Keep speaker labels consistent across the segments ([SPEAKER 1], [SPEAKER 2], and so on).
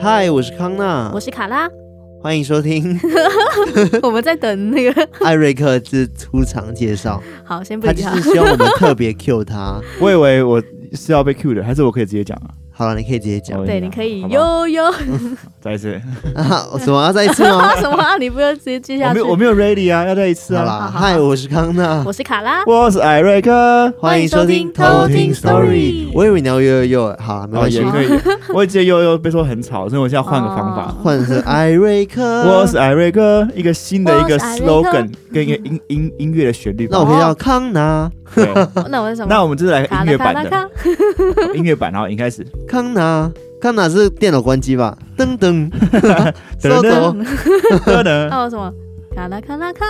[SPEAKER 1] 嗨，我是康
[SPEAKER 2] 嗯
[SPEAKER 1] 娜
[SPEAKER 3] 我，是卡拉，
[SPEAKER 1] 欢迎收听
[SPEAKER 3] 我们在等那个。
[SPEAKER 1] 艾瑞克之出场介绍。
[SPEAKER 3] 好，先不
[SPEAKER 1] 他
[SPEAKER 3] 理
[SPEAKER 1] 就
[SPEAKER 3] 他
[SPEAKER 1] 是。希望我们特别 cue 他。
[SPEAKER 2] 我以为我是要被 Q 的，还是我可以直接讲啊？
[SPEAKER 1] 好了，你可以直接讲
[SPEAKER 2] 哦。
[SPEAKER 3] 对，你可以
[SPEAKER 2] 好吧
[SPEAKER 3] 悠悠
[SPEAKER 2] 再一次，
[SPEAKER 1] 啊，什么要再一次吗？
[SPEAKER 3] 啊什么啊？你不要直接接
[SPEAKER 2] 我
[SPEAKER 3] 下
[SPEAKER 2] 没
[SPEAKER 3] 去
[SPEAKER 2] 有我。没有 ready 啊，要再一次
[SPEAKER 1] 好
[SPEAKER 2] 啊。
[SPEAKER 1] 啦，
[SPEAKER 3] 好好
[SPEAKER 1] 嗨，我是康娜，
[SPEAKER 3] 我是卡拉，
[SPEAKER 2] 我是艾瑞克，
[SPEAKER 1] 欢迎收听
[SPEAKER 2] 偷听
[SPEAKER 3] Story
[SPEAKER 1] 我以为你要悠悠悠，好了，没
[SPEAKER 2] 哦
[SPEAKER 1] 关系
[SPEAKER 2] 也，可以， 我记得悠悠被说很吵，所以我现在换个方法。
[SPEAKER 3] 哦
[SPEAKER 1] 换成艾瑞克。
[SPEAKER 2] 我是艾瑞克，一个新的一
[SPEAKER 3] 我
[SPEAKER 2] 个
[SPEAKER 3] 是艾瑞克
[SPEAKER 2] slogan 跟一个音音音乐的旋律吧。
[SPEAKER 1] 那我可以叫康娜，
[SPEAKER 2] 对，
[SPEAKER 3] 哦那我是什么？
[SPEAKER 2] 那我们就是来个
[SPEAKER 3] 卡拉
[SPEAKER 2] 音乐
[SPEAKER 3] 卡
[SPEAKER 2] 版
[SPEAKER 3] 拉
[SPEAKER 2] 的
[SPEAKER 3] 卡，
[SPEAKER 2] 音乐版，然后一开始，
[SPEAKER 1] 康娜，康娜是电脑关机吧？噔噔，
[SPEAKER 2] 噔
[SPEAKER 1] 收走
[SPEAKER 2] 噔
[SPEAKER 3] 那
[SPEAKER 2] 噔 噔，
[SPEAKER 3] 我什么？卡拉卡拉卡，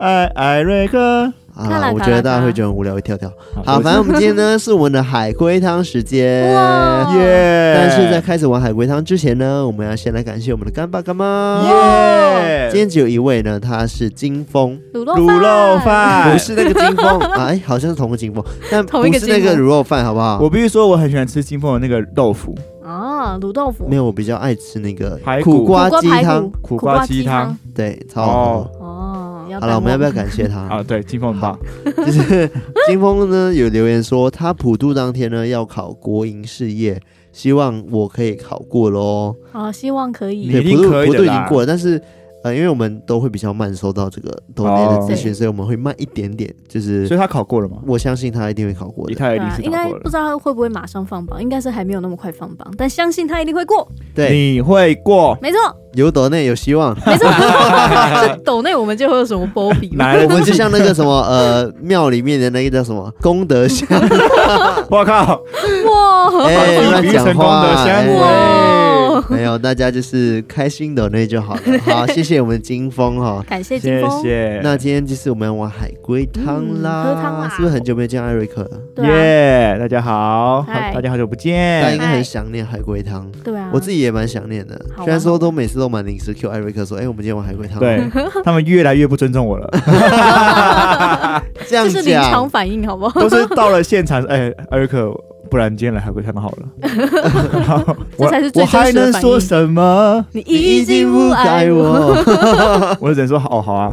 [SPEAKER 2] 艾艾瑞克。
[SPEAKER 1] 好
[SPEAKER 3] 看
[SPEAKER 1] 啦，
[SPEAKER 3] 啦
[SPEAKER 1] 啊我觉
[SPEAKER 3] 看啦
[SPEAKER 1] 得大家
[SPEAKER 3] 看啦
[SPEAKER 1] 会觉得很无聊，会跳跳。好，
[SPEAKER 2] 我
[SPEAKER 1] 反正我们今天呢是我们的海龟汤时间。
[SPEAKER 3] 哇
[SPEAKER 2] 耶！
[SPEAKER 1] 但是在开始玩海龟汤之前呢，我们要先来感谢我们的干爸干妈。今
[SPEAKER 2] 耶，
[SPEAKER 1] 天只有一位呢，他是金峰，
[SPEAKER 3] 哦卤肉
[SPEAKER 2] 卤肉饭
[SPEAKER 1] 不是那个金峰 啊，哎，好像是同个金峰，但不
[SPEAKER 3] 同一个
[SPEAKER 1] 是那个
[SPEAKER 3] 金
[SPEAKER 1] 卤肉饭，好不好？
[SPEAKER 2] 我必须说，我很喜欢吃金凤的那个豆腐，
[SPEAKER 3] 哦，卤豆腐
[SPEAKER 1] 没，有，我比较爱吃那个
[SPEAKER 2] 排骨
[SPEAKER 1] 苦瓜鸡汤，
[SPEAKER 2] 苦
[SPEAKER 3] 瓜
[SPEAKER 2] 瓜鸡汤。
[SPEAKER 1] 对，超好喝。
[SPEAKER 2] 哦
[SPEAKER 3] 哦，
[SPEAKER 1] 好了，我们要不要
[SPEAKER 3] 改？
[SPEAKER 1] 感谢他？
[SPEAKER 2] 啊，对，金凤很棒。
[SPEAKER 1] 就是金峰呢有留言说，他普渡当天呢要考国营事业，希望我可以考过喽。
[SPEAKER 3] 哦，希望可以
[SPEAKER 2] 你。一定
[SPEAKER 1] 普渡
[SPEAKER 2] 可以
[SPEAKER 1] 普
[SPEAKER 2] 的
[SPEAKER 1] 渡已经
[SPEAKER 2] 啦
[SPEAKER 1] 过了，但是呃，因为我们都会比较慢收到这个抖内的资讯，
[SPEAKER 3] 哦
[SPEAKER 1] 所以我们会慢一点点。就是
[SPEAKER 2] 所以他考过了吗？
[SPEAKER 1] 我相信他一定会考过的。
[SPEAKER 2] 他
[SPEAKER 3] 对
[SPEAKER 2] 一定
[SPEAKER 3] 啊，
[SPEAKER 2] 是
[SPEAKER 3] 应
[SPEAKER 2] 考
[SPEAKER 3] 该
[SPEAKER 2] 过
[SPEAKER 3] 不
[SPEAKER 2] 了。
[SPEAKER 3] 知道他会不会马上放榜，应该是还没有那么快放榜，但相信他一定会过。
[SPEAKER 1] 对，
[SPEAKER 2] 你会过，
[SPEAKER 3] 没错，
[SPEAKER 1] 有抖内有希望。
[SPEAKER 3] 没 错， 这抖内我们就会有什么波比吗？
[SPEAKER 2] 哪来
[SPEAKER 1] 我
[SPEAKER 2] 的
[SPEAKER 1] 们就
[SPEAKER 2] 自信？
[SPEAKER 1] 像那个什 么呃庙里面的那个叫什么功德箱，
[SPEAKER 2] 我靠，
[SPEAKER 3] 哇
[SPEAKER 1] 哎，乱
[SPEAKER 2] 比喻
[SPEAKER 1] 讲
[SPEAKER 2] 成功
[SPEAKER 1] 话
[SPEAKER 2] 的，香
[SPEAKER 1] 哎
[SPEAKER 3] 哇！
[SPEAKER 1] 没有，大家就是开心抖内就好了。好，谢谢我们金峰 哈。
[SPEAKER 3] 感谢金
[SPEAKER 2] 谢
[SPEAKER 3] 峰，
[SPEAKER 2] 谢。
[SPEAKER 1] 那今天就是我们要玩海龟汤啦，
[SPEAKER 3] 嗯喝汤啦
[SPEAKER 1] 是不是很久没有见艾瑞克了？
[SPEAKER 3] 对啊，
[SPEAKER 2] 耶，大家好，
[SPEAKER 3] 嗨
[SPEAKER 2] 大家好久不
[SPEAKER 1] 大家应
[SPEAKER 2] 见。
[SPEAKER 1] 该很想念海龟汤。
[SPEAKER 3] 对啊，
[SPEAKER 1] 我自己也蛮想念的，
[SPEAKER 3] 好啊
[SPEAKER 1] 虽然
[SPEAKER 3] 玩
[SPEAKER 1] 说都每次都蛮临时 Q 艾瑞克说，哎、我们今天玩海龟汤，
[SPEAKER 2] 对，他们越来越不尊重我了，
[SPEAKER 1] 这样
[SPEAKER 3] 这是临场
[SPEAKER 1] 讲，
[SPEAKER 3] 反应，好不好？
[SPEAKER 2] 都是到了现场，哎，艾瑞克，不然今天来海龟汤好了。然后
[SPEAKER 3] 这
[SPEAKER 2] 我
[SPEAKER 3] 才是最
[SPEAKER 2] 我
[SPEAKER 3] 真
[SPEAKER 2] 还
[SPEAKER 3] 实的
[SPEAKER 2] 能
[SPEAKER 3] 反
[SPEAKER 2] 说
[SPEAKER 3] 应。
[SPEAKER 2] 什么？
[SPEAKER 3] 你
[SPEAKER 1] 你
[SPEAKER 3] 已经不爱我，，
[SPEAKER 2] 我 只能说哦，好啊，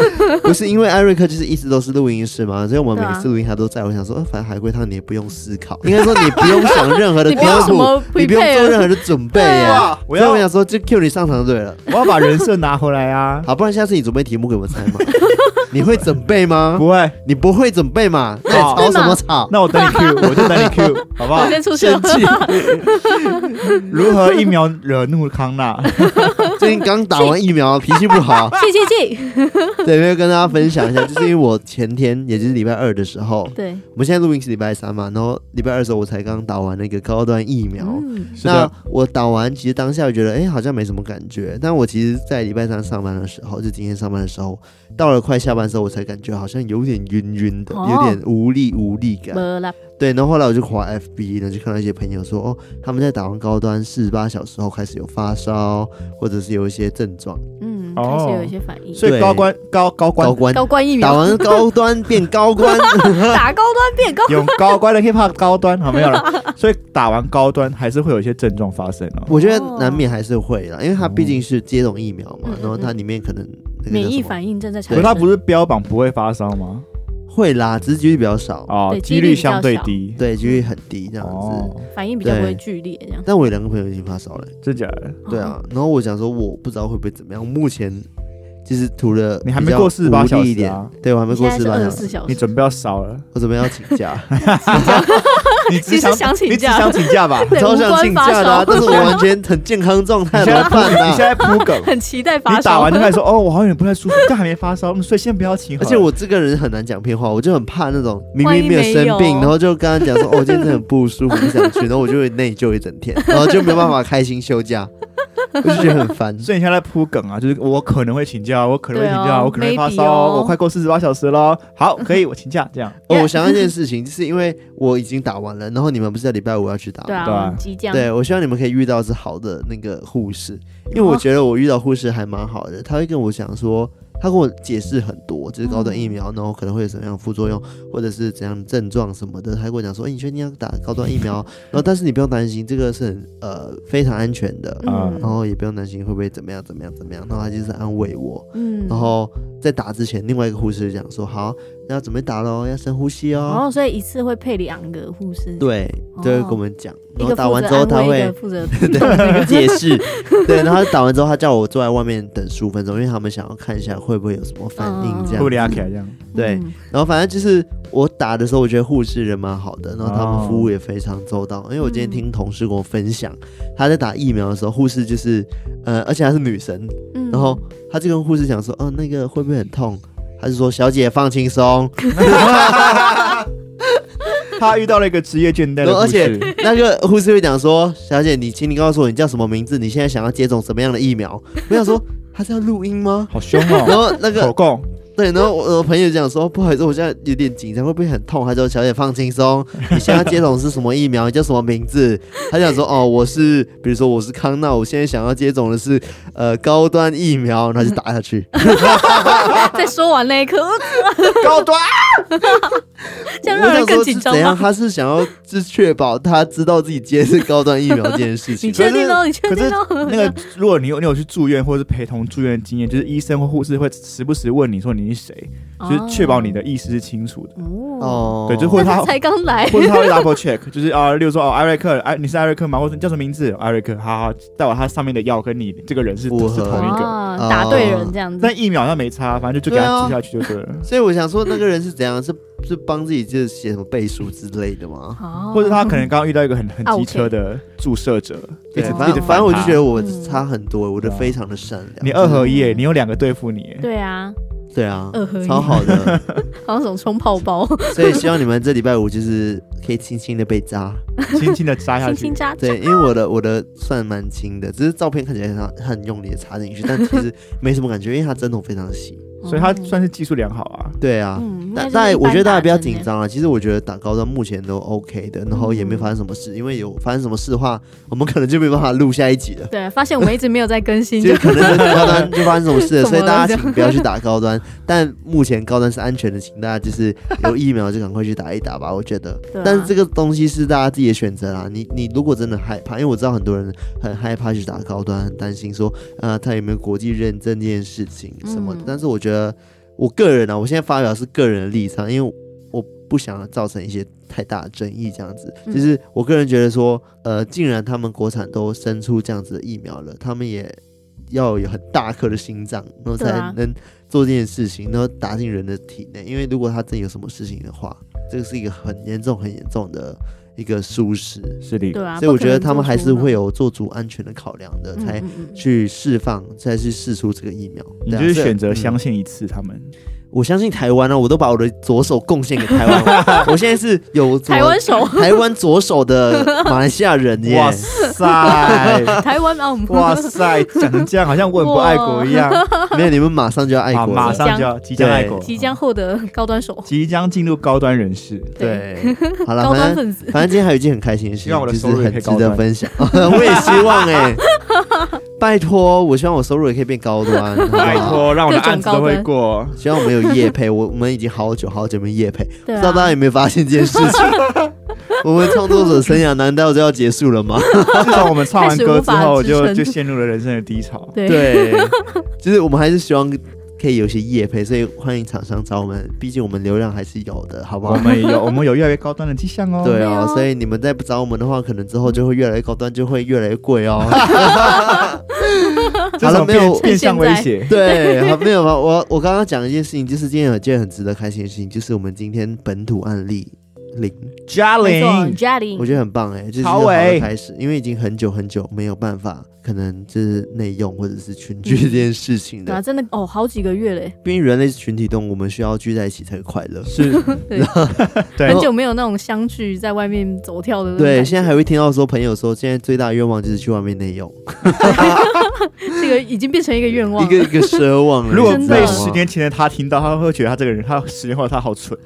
[SPEAKER 1] 不是因为艾瑞克就是一直都是录音师嘛，所以我们
[SPEAKER 3] 对啊
[SPEAKER 1] 每次录音他都在。我想说，呃反正海龟汤你也不用思考， 应该说你不用想任 何的
[SPEAKER 3] 你不用
[SPEAKER 1] 科
[SPEAKER 3] 什么
[SPEAKER 1] 普，你不用做
[SPEAKER 3] prepare
[SPEAKER 1] 任何的准备
[SPEAKER 3] 对
[SPEAKER 1] 呀、
[SPEAKER 3] 啊
[SPEAKER 1] 所
[SPEAKER 2] 我
[SPEAKER 1] 以
[SPEAKER 2] 要
[SPEAKER 1] 我想说，就 Q 你上场就对了。
[SPEAKER 2] 我要把人设拿回来 啊！
[SPEAKER 1] 好，不然下次你准备题目给我们猜 嘛？你会准备吗？
[SPEAKER 2] 不会，
[SPEAKER 1] 你不会准备
[SPEAKER 3] 哦
[SPEAKER 1] 嘛？那你
[SPEAKER 2] 好
[SPEAKER 1] 吵什么吵？
[SPEAKER 2] 那 我等你 Q，我就等你 Q，好不好
[SPEAKER 3] 我？先出去了
[SPEAKER 1] 生。 气，
[SPEAKER 2] 如何一秒惹怒康纳？
[SPEAKER 1] 最近刚打完疫苗，脾气不好。
[SPEAKER 3] 气气气！
[SPEAKER 1] 对，因为跟大家分享一下，就是因为我前天，也就是礼拜二的时候，
[SPEAKER 3] 对，
[SPEAKER 1] 我们现在录音是礼拜三嘛，然后礼拜二的时候我才刚打完那个高端疫苗。
[SPEAKER 3] 嗯，
[SPEAKER 2] 是
[SPEAKER 1] 那
[SPEAKER 2] 的，
[SPEAKER 1] 我打完，其实当下我觉得，哎、好像没什么感觉。但我其实，在礼拜三上班的时候，就今天上班的时候，到了快下班的时候，我才感觉好像有点晕晕的，
[SPEAKER 3] 哦嗯
[SPEAKER 1] 有点无力无力感。
[SPEAKER 3] 没啦，
[SPEAKER 1] 对，然后后来我就滑 FB，然后就看到一些朋友说，哦，他们在打完高端四十八小时后开始有发烧，或者是有一些症状。
[SPEAKER 3] 嗯，
[SPEAKER 2] 哦
[SPEAKER 3] 开始有一些反应。
[SPEAKER 2] 所以高官高高
[SPEAKER 1] 高
[SPEAKER 2] 官
[SPEAKER 1] 官
[SPEAKER 3] 高官疫
[SPEAKER 1] 打
[SPEAKER 3] 苗，
[SPEAKER 1] 完高端变高 官，
[SPEAKER 3] 打高端变高，
[SPEAKER 2] 有高官的 hiphop 高端，好没有了。所以打完高端还是会有一些症状发生哦。
[SPEAKER 1] 我觉得难免还是会啦，因为它毕
[SPEAKER 2] 嗯
[SPEAKER 1] 竟是接种疫苗嘛
[SPEAKER 3] 嗯，嗯
[SPEAKER 1] 然后它里面可能那个叫
[SPEAKER 3] 免疫
[SPEAKER 1] 什么
[SPEAKER 3] 反应正在产
[SPEAKER 2] 可是
[SPEAKER 3] 生。
[SPEAKER 2] 他不是标榜不会发烧吗？
[SPEAKER 1] 会啦，只是几率比较少，
[SPEAKER 2] 哦
[SPEAKER 3] 对，
[SPEAKER 2] 几
[SPEAKER 3] 几率
[SPEAKER 2] 率
[SPEAKER 3] 比较
[SPEAKER 2] 相对
[SPEAKER 3] 小
[SPEAKER 2] 低。
[SPEAKER 1] 对，啊几率很低这样子。
[SPEAKER 2] 哦，
[SPEAKER 3] 反应比较不会
[SPEAKER 1] 对
[SPEAKER 3] 剧烈，这样。
[SPEAKER 1] 但我有两个朋友已经发烧了，
[SPEAKER 2] 真假的？
[SPEAKER 1] 对啊，然后我想说我不知道会不会怎么样，目前就是除了
[SPEAKER 2] 你还没
[SPEAKER 1] 比较
[SPEAKER 2] 过48
[SPEAKER 1] 无力一
[SPEAKER 2] 小时
[SPEAKER 1] 点
[SPEAKER 2] 啊，
[SPEAKER 1] 对我还
[SPEAKER 3] 哦，
[SPEAKER 1] 没
[SPEAKER 3] 你
[SPEAKER 1] 过
[SPEAKER 3] 现在
[SPEAKER 1] 四十
[SPEAKER 3] 是
[SPEAKER 1] 八
[SPEAKER 3] 二
[SPEAKER 1] 小
[SPEAKER 3] 十
[SPEAKER 1] 时
[SPEAKER 3] 四，小时，
[SPEAKER 2] 你准备要烧了？
[SPEAKER 1] 我准备要请假，
[SPEAKER 2] 你
[SPEAKER 3] 其
[SPEAKER 2] 只
[SPEAKER 3] 实
[SPEAKER 2] 想
[SPEAKER 3] 想请
[SPEAKER 2] 你 只
[SPEAKER 3] 假，
[SPEAKER 2] 想请假吧？
[SPEAKER 3] 对
[SPEAKER 1] 超想
[SPEAKER 3] 无关
[SPEAKER 1] 请
[SPEAKER 3] 发
[SPEAKER 1] 假的啊，
[SPEAKER 3] 烧，
[SPEAKER 1] 但是我完全很健康状态，
[SPEAKER 2] 你
[SPEAKER 1] 怎
[SPEAKER 2] 现在
[SPEAKER 1] 么
[SPEAKER 2] 铺
[SPEAKER 1] 办
[SPEAKER 2] 你现
[SPEAKER 1] 呢？
[SPEAKER 2] 在铺梗
[SPEAKER 3] 很期待发
[SPEAKER 2] 你打
[SPEAKER 3] 烧
[SPEAKER 2] 完。就开始说哦，我好像有点不太舒服，但还没发烧，嗯所以先不要请好
[SPEAKER 1] 而
[SPEAKER 2] 了。
[SPEAKER 1] 且我这个人很难讲骗话，我就很怕那种明
[SPEAKER 3] 万
[SPEAKER 1] 明
[SPEAKER 3] 一
[SPEAKER 1] 没有
[SPEAKER 3] 没
[SPEAKER 1] 生
[SPEAKER 3] 有
[SPEAKER 1] 病，然后就跟他讲说，哦，我今天真的很不舒服，不想 去，然后我就会内疚一整天，然后就没办法开心休 假，我就觉得很烦。
[SPEAKER 2] 所以你现在在铺梗啊，就是我可能会请假，我可能会请
[SPEAKER 3] 对
[SPEAKER 2] 假，
[SPEAKER 3] 哦
[SPEAKER 2] 我可能会发
[SPEAKER 3] maybe
[SPEAKER 2] 烧，
[SPEAKER 3] 哦
[SPEAKER 2] 我快过四十八小时喽。好，可以，我请假， 这样。
[SPEAKER 1] 哦，我想到一件事情，就是因为我已经打完了，然后你们不是在礼拜五要去打
[SPEAKER 3] 对
[SPEAKER 1] 吗？
[SPEAKER 2] 对
[SPEAKER 3] 啊
[SPEAKER 2] 啊，
[SPEAKER 3] 即将。
[SPEAKER 1] 对，我希望你们可以遇到是好的那个护士，因为我
[SPEAKER 3] 哦
[SPEAKER 1] 觉得我遇到护士还蛮好的，他会跟我讲说，他跟我解释很多，就是高端
[SPEAKER 3] 嗯
[SPEAKER 1] 疫苗，然后可能会有什么样的副作用，或者是怎样的症状什么的。他跟我讲说，哎、你确定要打高端疫苗？ 然后但是你不用担心，这个是很呃非常安全的，
[SPEAKER 3] 嗯
[SPEAKER 2] 啊
[SPEAKER 1] 然后也不用担心会不会怎么样怎么样怎么样。然后他就是安慰我。
[SPEAKER 3] 嗯
[SPEAKER 1] 然后在打之前，另外一个护士就讲说，好，那要准备打喽，要深呼吸哦。
[SPEAKER 3] 哦，所以一次会配两个护士，，
[SPEAKER 1] 对，
[SPEAKER 3] 哦
[SPEAKER 1] 就会跟我们讲，然
[SPEAKER 3] 一
[SPEAKER 1] 后
[SPEAKER 3] 个
[SPEAKER 1] 打
[SPEAKER 3] 负
[SPEAKER 1] 完
[SPEAKER 3] 责
[SPEAKER 1] 之后他
[SPEAKER 3] 安慰，一
[SPEAKER 1] 会
[SPEAKER 3] 个负责
[SPEAKER 1] 解释，对，然后打完之后，他叫我坐在外面等十五分钟，因为他们想要看一下会不会有什么反应这
[SPEAKER 2] 会不会
[SPEAKER 1] 样。
[SPEAKER 2] 压起啊来这样？
[SPEAKER 1] 对
[SPEAKER 3] 嗯
[SPEAKER 1] 然后反正就是我打的时候，我觉得护士人蛮好的，然后他们服务也非常周到。因为我今天听同事跟我分享，他在打疫苗的时候，护士就是呃，而且她是女生，
[SPEAKER 3] 嗯
[SPEAKER 1] 然后他就跟护士讲说，哦，那个会不会很痛？他就说，小姐放轻松，
[SPEAKER 2] 他遇到了一个职业倦怠的
[SPEAKER 1] 然后
[SPEAKER 2] 故
[SPEAKER 1] 而且
[SPEAKER 2] 事，
[SPEAKER 1] 那个护士会讲说：“小姐，你请你告诉我你叫什么名字，你现在想要接种什么样的疫苗？”我想说他是要录音吗？
[SPEAKER 2] 好凶
[SPEAKER 1] 然
[SPEAKER 2] 哦，
[SPEAKER 1] 后那
[SPEAKER 2] 口
[SPEAKER 1] 个
[SPEAKER 2] 供，
[SPEAKER 1] 对，然后我我朋友讲说：“不好意思，我现在有点紧张，会不会很痛？”他说：“小姐放轻 松，你现在要接种是什么疫苗？你叫什么名字？”他想说：“哦，我是比如说我是康纳，我现在想要接种的是呃高端疫苗。”然后就打下去，
[SPEAKER 3] 在说完那 一刻，呃
[SPEAKER 2] 高端，
[SPEAKER 3] 这样让人更紧
[SPEAKER 1] 我想说是
[SPEAKER 3] 张
[SPEAKER 1] 怎样？
[SPEAKER 3] 吗？
[SPEAKER 1] 他是想要是确保他知道自己接的是高端疫苗这件事情
[SPEAKER 3] 你。确定哦？你确
[SPEAKER 2] 可是
[SPEAKER 3] 定哦？
[SPEAKER 2] 那个，如果你有你有去住院或者是陪同住院的经验，就是医生或护士会时不时问你说你是谁，就是确保你的意识是清楚的。
[SPEAKER 3] 哦，
[SPEAKER 1] 哦，
[SPEAKER 2] 对就会
[SPEAKER 3] 但
[SPEAKER 2] 他
[SPEAKER 3] 是才刚来，
[SPEAKER 2] 或者他会 double check，就是啊，例如说哦，艾瑞克，哎，你是艾瑞克吗？或者你叫什么名字？艾瑞克，好好，代表他上面的药跟你这个人是
[SPEAKER 1] 符合
[SPEAKER 2] 是同一个。
[SPEAKER 3] 啊
[SPEAKER 1] 哦
[SPEAKER 3] 打对人这样子
[SPEAKER 2] 但，疫苗那没差，反正就就给
[SPEAKER 1] 对啊
[SPEAKER 2] 他吃下去就对了。
[SPEAKER 1] 所以我想说，那个人是怎样？是是帮自己就是写什么背书之类的吗？
[SPEAKER 3] 哦
[SPEAKER 2] 或者他可能刚刚遇到一个很很
[SPEAKER 3] 啊
[SPEAKER 2] 机
[SPEAKER 3] OK
[SPEAKER 2] 车
[SPEAKER 1] 哦
[SPEAKER 2] 的注射者，一
[SPEAKER 1] 对，
[SPEAKER 2] 直
[SPEAKER 1] 反
[SPEAKER 2] 一直
[SPEAKER 1] 正反正我就觉
[SPEAKER 2] 得
[SPEAKER 1] 得我
[SPEAKER 3] 嗯
[SPEAKER 1] 差很多，我的
[SPEAKER 2] 对啊
[SPEAKER 1] 非常的善良。
[SPEAKER 2] 你二合一耶，
[SPEAKER 3] 嗯
[SPEAKER 2] 你有两个对付你。
[SPEAKER 3] 对啊，
[SPEAKER 1] 对啊，
[SPEAKER 3] 二合一，
[SPEAKER 1] 超
[SPEAKER 3] 好
[SPEAKER 1] 好 的。
[SPEAKER 3] 像什么冲泡包，
[SPEAKER 1] 所以希望你们这礼拜五就是可以轻轻的被扎。
[SPEAKER 2] 轻轻的扎下
[SPEAKER 3] 轻
[SPEAKER 2] 去
[SPEAKER 3] 轻。扎，
[SPEAKER 1] 哎 对，因为我的我的算蛮轻的，只是照片看起来很很用力的插 进去，但其实没什么感觉，因为它针筒非常细。
[SPEAKER 2] 所以他算是技术良好啊。
[SPEAKER 1] 对啊。
[SPEAKER 3] 嗯，
[SPEAKER 1] 但
[SPEAKER 3] 但
[SPEAKER 1] 但我觉得大家不要紧，张啊，其实我觉得打高端目前都 OK 的，然后也没发生什么
[SPEAKER 3] 嗯
[SPEAKER 1] 事，因为有发生什么事的话，我们可能就没办法录下一集 了。
[SPEAKER 3] 对，发现我们一直没有在更 新，
[SPEAKER 1] 就
[SPEAKER 3] 就是
[SPEAKER 1] 可能在高端就发生这种 事了，
[SPEAKER 3] 怎
[SPEAKER 1] 所
[SPEAKER 3] 么
[SPEAKER 1] 以
[SPEAKER 3] 了
[SPEAKER 1] 大家
[SPEAKER 3] 这样
[SPEAKER 1] 请不要去打高端。但目前高端是安全的，请大家就是有疫苗就赶快去打一打吧，我觉得
[SPEAKER 3] 对啊。
[SPEAKER 1] 但是这个东西是大家自己的选择啦。你你如果真的害怕，因为我知道很多人很害怕去打高端，很担心说呃他有没有国际认证这件事情什么的。
[SPEAKER 3] 嗯
[SPEAKER 1] 但是我觉得我个人呢、啊，我现在发表的是个人的立场，因为我不想造成一些太大的争议，这样子。
[SPEAKER 3] 嗯
[SPEAKER 1] 就是我个人觉得说，呃，竟然他们国产都生出这样子的疫苗了，他们也要有很大颗的心脏，然后才
[SPEAKER 3] 对啊
[SPEAKER 1] 能做这件事情，然后打进人的体内。因为如果他真有什么事情的话，这个是一个很严重、很严重的一个疏失。
[SPEAKER 2] 是的
[SPEAKER 3] 对啊，
[SPEAKER 1] 所以我觉得
[SPEAKER 3] 不可能
[SPEAKER 1] 他们还是会
[SPEAKER 3] 做
[SPEAKER 1] 有做足安全的考量的，
[SPEAKER 3] 出嘛
[SPEAKER 1] 才
[SPEAKER 3] 嗯嗯嗯
[SPEAKER 1] 去释放，再去试出这个疫苗。
[SPEAKER 2] 你
[SPEAKER 1] 对
[SPEAKER 2] 就
[SPEAKER 1] 啊
[SPEAKER 2] 是
[SPEAKER 1] 所以
[SPEAKER 2] 选择
[SPEAKER 1] 嗯
[SPEAKER 2] 相信一次他们。
[SPEAKER 1] 我相信台湾啊，我都把我的左手贡献给台 湾。我现在是有左
[SPEAKER 3] 台湾 手
[SPEAKER 1] 台湾左手的马来西亚人耶。
[SPEAKER 2] 哇塞，
[SPEAKER 3] 台湾啊，我们
[SPEAKER 2] 哇塞，讲成这样好像我很不爱国一样。
[SPEAKER 1] 没有，你们马上就要爱
[SPEAKER 2] 啊，
[SPEAKER 1] 国了，
[SPEAKER 2] 马上就要即将爱国，
[SPEAKER 3] 即将获得高端手，
[SPEAKER 2] 即将进入高端 人士。
[SPEAKER 1] 对。好了，
[SPEAKER 3] 高端
[SPEAKER 1] 反正
[SPEAKER 3] 分子，
[SPEAKER 1] 反正今天还有一件很开心的事
[SPEAKER 2] 希望
[SPEAKER 1] 情，
[SPEAKER 2] 我的
[SPEAKER 1] 就是
[SPEAKER 2] 收入也
[SPEAKER 1] 很
[SPEAKER 2] 可以
[SPEAKER 1] 值
[SPEAKER 2] 高
[SPEAKER 1] 得
[SPEAKER 2] 端
[SPEAKER 1] 分享。 我也希望 哎，拜托，我希望我收入也可以变高 端，好不好
[SPEAKER 2] 拜。托，让我的
[SPEAKER 3] 各种
[SPEAKER 2] 案子都
[SPEAKER 3] 高
[SPEAKER 2] 会
[SPEAKER 3] 端
[SPEAKER 2] 过。
[SPEAKER 1] 希望我们有业配，我我们已经好久好久没业配，不
[SPEAKER 3] 对
[SPEAKER 1] 知道大家
[SPEAKER 3] 啊，
[SPEAKER 1] 有没有发现这件事情？ 我们创作者生涯难道就要结束了吗？
[SPEAKER 2] 自从我们唱完歌 之后，
[SPEAKER 3] 开始无
[SPEAKER 2] 就
[SPEAKER 3] 法支撑
[SPEAKER 2] 就陷入了人生的低潮。
[SPEAKER 3] 对，
[SPEAKER 1] 对，就是我们还是希望可以有一些业配，所以欢迎厂商找我们，毕竟我们流量还是有的，好不
[SPEAKER 2] 我
[SPEAKER 1] 好？
[SPEAKER 2] 们有我们有越来越高端的迹象哦。
[SPEAKER 1] 对
[SPEAKER 3] 对
[SPEAKER 1] 哦
[SPEAKER 3] 哦，
[SPEAKER 1] 所以你们再不找我们的话，可能之后就会越来越高端，就会越来越贵 哦。
[SPEAKER 2] 这
[SPEAKER 1] 好了
[SPEAKER 2] 种
[SPEAKER 1] 没有
[SPEAKER 2] 变变相威胁。
[SPEAKER 1] 对，好 没有吗？我我刚刚讲一件事情，就是今天有一件很值得开心的事情，就是我们今天本土案例零，
[SPEAKER 2] 嘉
[SPEAKER 3] 没错
[SPEAKER 2] 玲，
[SPEAKER 3] ，Jelly，
[SPEAKER 1] 我觉得很棒哎、这是一个
[SPEAKER 2] 好
[SPEAKER 1] 好的
[SPEAKER 2] 欸
[SPEAKER 1] 开始，因为已经很久很久没有办法，可能就是内用或者是群聚这件事情
[SPEAKER 3] 对啊，
[SPEAKER 1] 的，
[SPEAKER 3] 真的哦，好几个月嘞，
[SPEAKER 1] 毕竟人类是群体动物，我们需要聚在一起才快乐。
[SPEAKER 2] 是，
[SPEAKER 3] 对
[SPEAKER 2] 对
[SPEAKER 3] 很久没有那种相聚在外面走跳的那种感
[SPEAKER 1] 对，
[SPEAKER 3] 觉，
[SPEAKER 1] 现在还会听到说朋友说，现在最大的愿望就是去外面内用，
[SPEAKER 3] 这个已经变成一个愿望
[SPEAKER 1] 一个
[SPEAKER 3] 了，
[SPEAKER 1] 一个奢望了。
[SPEAKER 2] 如果
[SPEAKER 1] 你知道
[SPEAKER 2] 被
[SPEAKER 1] 吗
[SPEAKER 2] 十年前的他听到，他会觉得他这个人，他十年后他好蠢。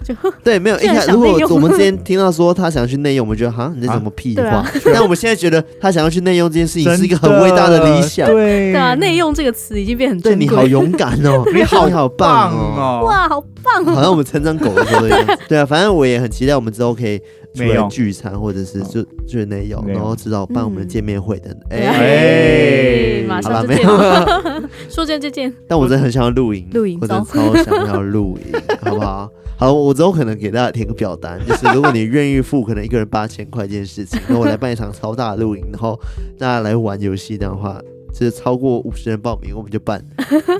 [SPEAKER 1] 对没有一
[SPEAKER 3] 竟然
[SPEAKER 1] 开，
[SPEAKER 3] 想
[SPEAKER 1] 如果
[SPEAKER 3] 内用
[SPEAKER 1] 我们之前听到说他想要去内用，我们觉得哈，你在讲什么屁
[SPEAKER 3] 对
[SPEAKER 1] 话
[SPEAKER 3] 啊？
[SPEAKER 1] 但我们现在觉得他想要去内用这件事情
[SPEAKER 2] 真
[SPEAKER 1] 是一个很伟大的理想。
[SPEAKER 2] 对
[SPEAKER 3] 对啊，内用这个词已经变很
[SPEAKER 1] 对
[SPEAKER 3] 珍
[SPEAKER 1] 你
[SPEAKER 3] 贵
[SPEAKER 1] 好勇敢哦，你好好
[SPEAKER 2] 棒
[SPEAKER 1] 棒 哦，
[SPEAKER 2] 哦，
[SPEAKER 3] 哇，好棒
[SPEAKER 1] 好
[SPEAKER 3] 哦！
[SPEAKER 1] 像我们成长狗的时候的样子。对啊，反正我也很期待我们之后可以出
[SPEAKER 2] 内
[SPEAKER 1] 来
[SPEAKER 2] 用
[SPEAKER 1] 聚餐，或者是就就内用，
[SPEAKER 2] 内用
[SPEAKER 1] 然后至少办我们的见面会等等。
[SPEAKER 2] 哎
[SPEAKER 3] 马
[SPEAKER 1] 好了
[SPEAKER 3] 上就
[SPEAKER 1] 没
[SPEAKER 3] 见
[SPEAKER 1] 有
[SPEAKER 3] 了，
[SPEAKER 1] 了，
[SPEAKER 3] 说见就见。
[SPEAKER 1] 但我真的很想要露营，
[SPEAKER 3] 露营
[SPEAKER 1] 我真的
[SPEAKER 3] 走
[SPEAKER 1] 超想要露营，好不 好？好，我之后可能给大家填个表单，就是如果你愿意付可能一个人八千块这件事情，那我来办一场超大的露营，然后大家来玩游戏这样的话，就是超过五十人报名我们就办。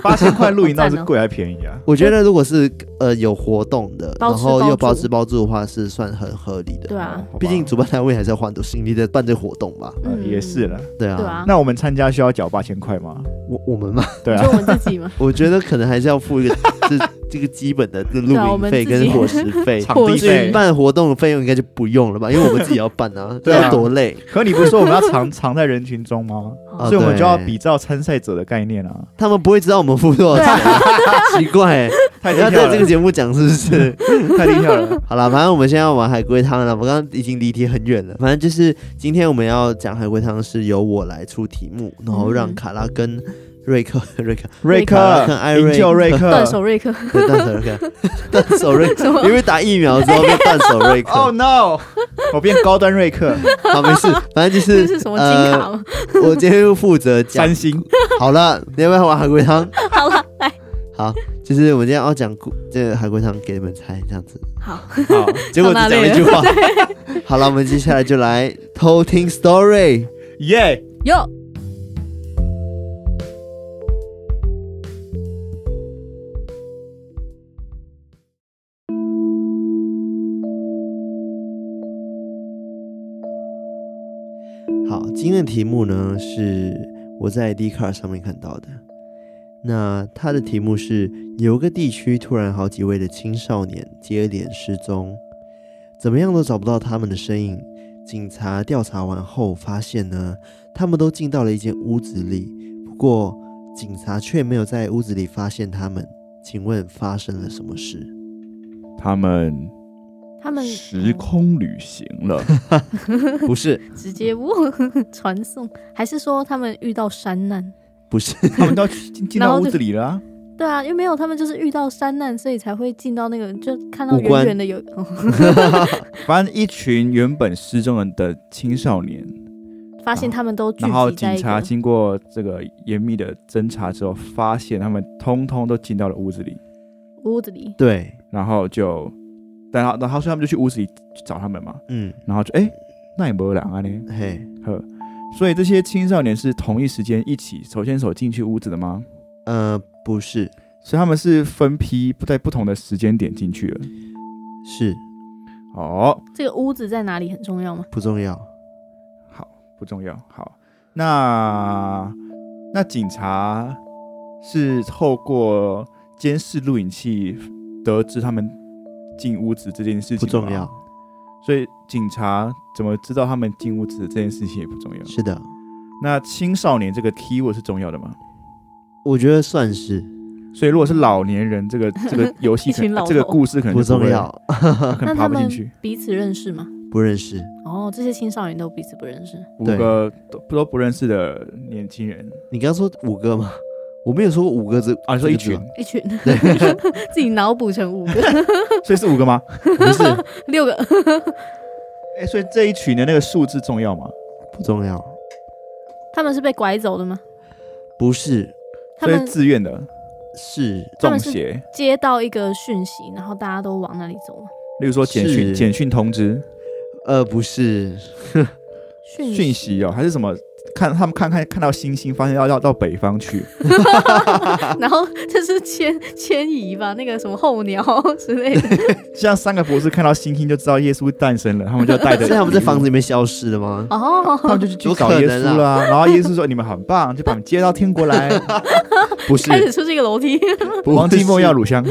[SPEAKER 2] 八千块露营
[SPEAKER 3] 好
[SPEAKER 2] 倒
[SPEAKER 3] 赞哦
[SPEAKER 2] 是贵还便宜啊。
[SPEAKER 1] 我觉得如果是呃有活动的，
[SPEAKER 3] 包
[SPEAKER 1] 然
[SPEAKER 3] 吃
[SPEAKER 1] 后又
[SPEAKER 3] 包
[SPEAKER 1] 包
[SPEAKER 3] 住
[SPEAKER 1] 吃包住的话，是算很合理的。
[SPEAKER 3] 对啊，
[SPEAKER 2] 好吧
[SPEAKER 1] 毕竟主办单位还是要花很多心力在办这活动吧？
[SPEAKER 2] 呃
[SPEAKER 3] 嗯
[SPEAKER 2] 也是了。
[SPEAKER 1] 对啊，
[SPEAKER 3] 对啊，
[SPEAKER 2] 那我们参加需要缴八千块吗？
[SPEAKER 1] 我我们嘛，
[SPEAKER 2] 对
[SPEAKER 3] 就
[SPEAKER 2] 啊，
[SPEAKER 3] 我们自己 嘛，
[SPEAKER 1] 我觉得可能还是要付 一个这这个基本的露
[SPEAKER 3] 啊我
[SPEAKER 1] 营
[SPEAKER 3] 们
[SPEAKER 1] 费
[SPEAKER 3] 自己
[SPEAKER 1] 跟伙食 费。
[SPEAKER 2] 场地
[SPEAKER 3] 我
[SPEAKER 1] 至于
[SPEAKER 2] 费。
[SPEAKER 1] 办活动的费用应该就不用了吧，因为我们自己要办啊，
[SPEAKER 2] 对啊
[SPEAKER 1] 要多累。
[SPEAKER 2] 可你不是说我们要藏 藏在人群中吗？
[SPEAKER 3] 哦
[SPEAKER 1] 啊
[SPEAKER 2] 所以我们
[SPEAKER 1] 对
[SPEAKER 2] 就要比照参赛者的概念啊。
[SPEAKER 1] 他们不会知道我们付多少钱啊， 奇怪、欸，
[SPEAKER 2] 太
[SPEAKER 1] 你
[SPEAKER 2] 低
[SPEAKER 1] 要
[SPEAKER 2] 调
[SPEAKER 1] 在这个
[SPEAKER 2] 了，
[SPEAKER 1] 节目讲是不是？
[SPEAKER 3] 哎
[SPEAKER 2] 太低调了。
[SPEAKER 1] 好了，反正我们现在要玩海龟汤了，我刚刚已经离题很远了。反正就是今天我们要讲海龟汤是由我来出题目，然后让
[SPEAKER 3] 嗯
[SPEAKER 1] 卡拉跟瑞克、 瑞克、
[SPEAKER 2] 瑞
[SPEAKER 1] 卡
[SPEAKER 2] 克
[SPEAKER 1] 跟艾，瑞
[SPEAKER 2] 营救瑞克
[SPEAKER 3] 断。手瑞克，
[SPEAKER 1] 对断手瑞克，断手瑞克，因为打疫苗之后被断手瑞 克。
[SPEAKER 2] Oh no！我变高端 瑞克，
[SPEAKER 1] 好，没事，反正就
[SPEAKER 3] 这
[SPEAKER 1] 是
[SPEAKER 3] 是什么金卡吗？
[SPEAKER 1] 呃，我今天就负责讲
[SPEAKER 2] 三。星。
[SPEAKER 1] 好了，你要不要玩海龟汤？
[SPEAKER 3] 好了，来，
[SPEAKER 1] 好，就是我们今天要讲故这个海龟汤给你们猜这样子，
[SPEAKER 3] 好，
[SPEAKER 2] 好，
[SPEAKER 1] 结果只讲了一句话。好了，我们接下来就来偷听 story。
[SPEAKER 2] 耶！
[SPEAKER 3] 哟，
[SPEAKER 1] 好，今天的题目呢是我在 d c a r 上面看到的。那它的题目是：有个地区突然好几位的青少年接连失踪，怎么样都找不到他们的身影。警察调查完后发现呢，他们都进到了一间屋子里，不过警察却没有在屋子里发现他们。请问发生了什么事？
[SPEAKER 2] 他们
[SPEAKER 3] 他们
[SPEAKER 2] 时空旅行了，
[SPEAKER 1] 不是，
[SPEAKER 3] 直接 呜传送，还是说他们遇到山难？
[SPEAKER 1] 不是，
[SPEAKER 2] 他们都进进
[SPEAKER 3] 然
[SPEAKER 2] 到
[SPEAKER 3] 后
[SPEAKER 2] 屋
[SPEAKER 3] 就
[SPEAKER 2] 子里了啊。
[SPEAKER 3] 对啊，因为没有他们就是遇到山难，所以才会进到那个，就看到
[SPEAKER 1] 五官
[SPEAKER 3] 远远的有，嗯
[SPEAKER 2] 反正一群原本失踪人的青少年，
[SPEAKER 3] 发现他们都聚
[SPEAKER 2] 啊然后
[SPEAKER 3] 集在
[SPEAKER 2] 警
[SPEAKER 3] 一
[SPEAKER 2] 察
[SPEAKER 3] 个，
[SPEAKER 2] 经过这个严密的侦查之后，发现他们通通都进到了屋子里，
[SPEAKER 3] 屋子里，
[SPEAKER 1] 对，
[SPEAKER 2] 然后就，然后然后所以他们就去屋子里找他们嘛，
[SPEAKER 1] 嗯，
[SPEAKER 2] 然后就哎，那也没人啊呢，
[SPEAKER 1] 嘿，
[SPEAKER 2] 呵，所以这些青少年是同一时间一起手牵手进去屋子的吗？
[SPEAKER 1] 呃，不是，
[SPEAKER 2] 所以他们是分批不在不同的时间点进去了。
[SPEAKER 1] 是
[SPEAKER 2] 哦，
[SPEAKER 3] 这个屋子在哪里很重要吗？
[SPEAKER 1] 不重要。
[SPEAKER 2] 好，不重要。好，那那警察是透过监视录影器得知他们进屋子这件事情，
[SPEAKER 1] 不重要。。
[SPEAKER 2] 所以警察怎么知道他们进屋子这件事情也不重要。
[SPEAKER 1] 是的，
[SPEAKER 2] 那青少年这个 keyword 是重要的吗？
[SPEAKER 1] 我觉得算是
[SPEAKER 2] 所以如果是老年 人，这个这个游戏
[SPEAKER 3] 一群
[SPEAKER 2] 可能
[SPEAKER 3] 老
[SPEAKER 2] 这个
[SPEAKER 3] 头
[SPEAKER 2] 故事可能就
[SPEAKER 1] 不重
[SPEAKER 2] 会，
[SPEAKER 1] 要，
[SPEAKER 2] 可
[SPEAKER 3] 那他
[SPEAKER 2] 能爬不
[SPEAKER 3] 们
[SPEAKER 2] 进去。
[SPEAKER 3] 彼此认识吗？
[SPEAKER 1] 不认识。
[SPEAKER 3] 哦，这些青少年都彼此不认识，
[SPEAKER 2] 五
[SPEAKER 1] 对
[SPEAKER 2] 个都都不认识的年轻人
[SPEAKER 1] 你刚说五个吗？我没有说过五个这
[SPEAKER 2] 啊，你说一群，
[SPEAKER 3] 一 群自己脑补成五个、
[SPEAKER 2] 所以是 五个吗？
[SPEAKER 1] 这个字不是
[SPEAKER 3] 六个，
[SPEAKER 2] 哎，所以这一群的那个数字重要吗？
[SPEAKER 1] 不重要，
[SPEAKER 3] 他们是被拐走的吗？
[SPEAKER 1] 不是
[SPEAKER 3] 他
[SPEAKER 2] 所以
[SPEAKER 3] 们
[SPEAKER 2] 自愿的
[SPEAKER 1] 是
[SPEAKER 3] 他
[SPEAKER 2] 中
[SPEAKER 3] 们是
[SPEAKER 2] 邪，
[SPEAKER 3] 接到一个讯息，然后大家都往那里走吗？
[SPEAKER 2] 例如说简
[SPEAKER 1] 是
[SPEAKER 2] 讯简讯通知
[SPEAKER 1] 呃不是
[SPEAKER 3] 讯
[SPEAKER 2] 讯
[SPEAKER 3] 息
[SPEAKER 2] 息哦，还是什么？看他们看看看到星星，发现要要到北 方去，
[SPEAKER 3] 然后这是迁迁移吧，那个什么候鸟 之类 的，
[SPEAKER 2] 像三个博士看到星星就知道耶稣诞生了，他们就带 着
[SPEAKER 1] 所以他们在房子
[SPEAKER 2] 礼
[SPEAKER 1] 里面消失了吗？
[SPEAKER 2] 物，他
[SPEAKER 3] 哦，
[SPEAKER 2] 们就去去
[SPEAKER 1] 有
[SPEAKER 2] 找
[SPEAKER 1] 可
[SPEAKER 2] 耶
[SPEAKER 1] 能
[SPEAKER 2] 稣
[SPEAKER 1] 啊
[SPEAKER 2] 了啊、然后耶稣说：“你们很棒，就把你们接到天国 来。
[SPEAKER 1] 不是
[SPEAKER 3] 开，始出这个楼梯
[SPEAKER 1] 不
[SPEAKER 2] 王继
[SPEAKER 1] 是
[SPEAKER 2] 梦要乳香，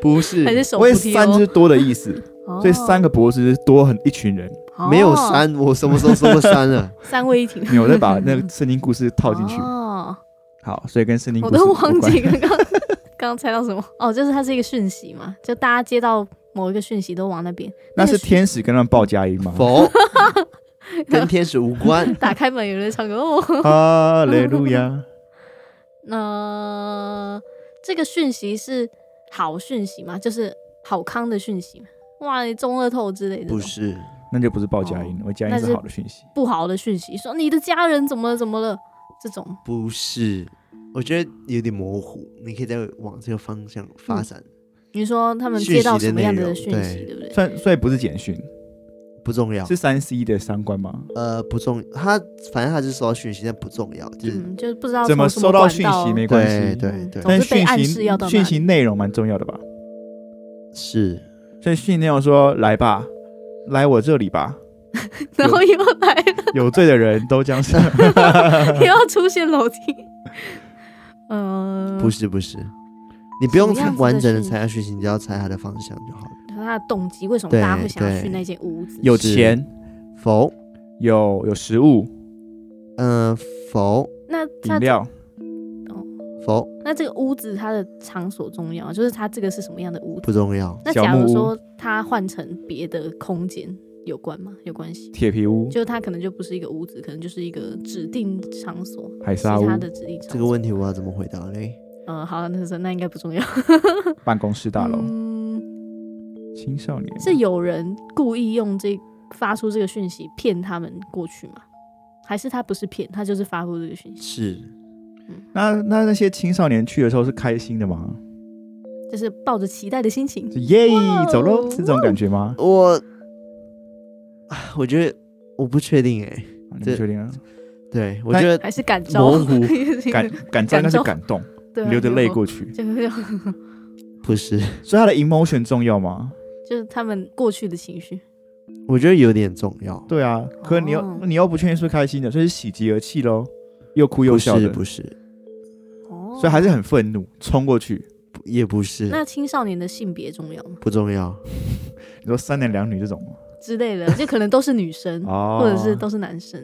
[SPEAKER 1] 不
[SPEAKER 3] 还
[SPEAKER 1] 是
[SPEAKER 3] 是手
[SPEAKER 2] 因为
[SPEAKER 3] 扶梯
[SPEAKER 2] 三
[SPEAKER 3] 哦
[SPEAKER 2] 就是多的意思，
[SPEAKER 3] 哦
[SPEAKER 2] 所以三个博士是多很一群人。
[SPEAKER 1] 没有
[SPEAKER 3] 哦
[SPEAKER 1] 删，我什么时候说过删了？
[SPEAKER 3] 三位一体
[SPEAKER 2] 你有再把那个圣经故事套进去。
[SPEAKER 3] 哦，
[SPEAKER 2] 好，所以跟圣经故
[SPEAKER 3] 我
[SPEAKER 2] 事
[SPEAKER 3] 都
[SPEAKER 2] 无
[SPEAKER 3] 忘
[SPEAKER 2] 关
[SPEAKER 3] 记刚刚刚刚猜到什么哦，就是它是一个讯息嘛，就大家接到某一个讯息都往那边。
[SPEAKER 2] 那
[SPEAKER 3] 那个
[SPEAKER 2] 是天使跟他们报 佳音吗？
[SPEAKER 1] 否，跟天使无关。
[SPEAKER 3] 打开门有人唱歌哦。
[SPEAKER 2] 哈利路亚，
[SPEAKER 3] 那、这个讯息是好讯息吗？就是好康的讯息吗？哇，你中乐透之类的这种，
[SPEAKER 1] 不是，
[SPEAKER 2] 那就不是报佳音，我佳音
[SPEAKER 3] 哦那
[SPEAKER 2] 是
[SPEAKER 3] 是
[SPEAKER 2] 好的讯息。
[SPEAKER 3] 不好的讯息，说你的家人怎么了怎么了这种。
[SPEAKER 1] 不是，我觉得有点模糊，你可以再往这个方向发展，
[SPEAKER 2] 嗯
[SPEAKER 3] 你说他们
[SPEAKER 1] 讯
[SPEAKER 3] 接到
[SPEAKER 1] 息的
[SPEAKER 3] 什么样的
[SPEAKER 1] 内容
[SPEAKER 3] 讯息，
[SPEAKER 1] 对
[SPEAKER 3] 对不对？
[SPEAKER 2] 算所以不是简讯，
[SPEAKER 1] 不重要
[SPEAKER 2] 是。三 C 的三观吗？
[SPEAKER 1] 呃，不重，他反正他是收到讯息，但不重要，就是、
[SPEAKER 3] 嗯，就是不知道
[SPEAKER 2] 怎
[SPEAKER 3] 么
[SPEAKER 2] 么收到讯息没关
[SPEAKER 1] 对
[SPEAKER 2] 系，
[SPEAKER 1] 对对，
[SPEAKER 3] 总
[SPEAKER 2] 但
[SPEAKER 3] 是被
[SPEAKER 2] 讯
[SPEAKER 3] 暗示要到
[SPEAKER 2] 息
[SPEAKER 3] 哪
[SPEAKER 2] 讯息内容蛮重要的吧？
[SPEAKER 1] 是
[SPEAKER 2] 所以讯息内容说来吧，来我这 里吧，
[SPEAKER 3] 然后又来了，
[SPEAKER 2] 有罪的人都 将是
[SPEAKER 3] 又要出现楼梯。嗯、
[SPEAKER 1] 不是不是，你不用
[SPEAKER 3] 什么
[SPEAKER 1] 看
[SPEAKER 3] 样子的
[SPEAKER 1] 完整的
[SPEAKER 3] 讯
[SPEAKER 1] 猜他讯息，你只要猜他的方向就好了。
[SPEAKER 3] 他的动机为什么
[SPEAKER 1] 对
[SPEAKER 3] 大家会想要
[SPEAKER 1] 对
[SPEAKER 3] 去那间屋子？
[SPEAKER 2] 有
[SPEAKER 1] 是
[SPEAKER 2] 钱，
[SPEAKER 1] 否，
[SPEAKER 2] 有有食物、
[SPEAKER 1] 嗯、否
[SPEAKER 3] 那
[SPEAKER 2] 饮
[SPEAKER 3] 他
[SPEAKER 2] 料，
[SPEAKER 1] 否
[SPEAKER 3] 那这个屋子它的场所重要，就是它这个是什么样的屋子？
[SPEAKER 1] 不重要，
[SPEAKER 3] 那
[SPEAKER 2] 小
[SPEAKER 3] 假如
[SPEAKER 2] 木屋
[SPEAKER 3] 说它换成别的空间有关吗？有关系，
[SPEAKER 2] 铁皮屋、
[SPEAKER 3] 就它可能就不是一个屋子，可能就是一个指定场所，
[SPEAKER 2] 海
[SPEAKER 3] 其
[SPEAKER 2] 沙屋、
[SPEAKER 3] 他的指定场所。
[SPEAKER 1] 这个问题我要怎么回答嘞？
[SPEAKER 3] 呃，好，那是那应该不重要。
[SPEAKER 2] 办公室大楼、
[SPEAKER 3] 嗯，
[SPEAKER 2] 青少年
[SPEAKER 3] 是有人故意用这发出这个讯息骗他们过去吗？还是他不是骗，他就是发布这个讯息，
[SPEAKER 1] 是
[SPEAKER 2] 那那那些青少年去的时候是开心的吗？
[SPEAKER 3] 就是抱着期待的心情。
[SPEAKER 2] 是耶
[SPEAKER 3] 哇哦，
[SPEAKER 2] 走喽，是这种感觉吗？
[SPEAKER 1] 我，啊我觉得我不确定哎、
[SPEAKER 3] 哦
[SPEAKER 2] 啊你
[SPEAKER 1] 这
[SPEAKER 2] 不确定啊？
[SPEAKER 1] 对我
[SPEAKER 2] 那
[SPEAKER 1] 觉得
[SPEAKER 3] 还是感召
[SPEAKER 2] 模 糊感感
[SPEAKER 3] 感
[SPEAKER 2] 召应该是
[SPEAKER 3] 召
[SPEAKER 2] 感动，
[SPEAKER 3] 对啊
[SPEAKER 2] 流着泪过去。
[SPEAKER 3] 就就
[SPEAKER 1] 不是，
[SPEAKER 2] 所以他的 emotion 重要吗？
[SPEAKER 3] 就是他们过去的情绪，
[SPEAKER 1] 我觉得有点重要。
[SPEAKER 2] 对啊，可你又、
[SPEAKER 3] 哦
[SPEAKER 2] 你又不确定是不是开心的，所以是喜极而泣喽，又哭又
[SPEAKER 1] 不
[SPEAKER 2] 笑
[SPEAKER 1] 是
[SPEAKER 2] 的，
[SPEAKER 1] 不是，
[SPEAKER 3] 哦
[SPEAKER 2] 所以还是很愤怒，冲过去。
[SPEAKER 1] 不也不是，
[SPEAKER 3] 那青少年的性别重要吗
[SPEAKER 1] 不重要。
[SPEAKER 2] 你说三男两女这种吗
[SPEAKER 3] 之类的，就可能都是女生，
[SPEAKER 2] 哦，
[SPEAKER 3] 或者是都是男生。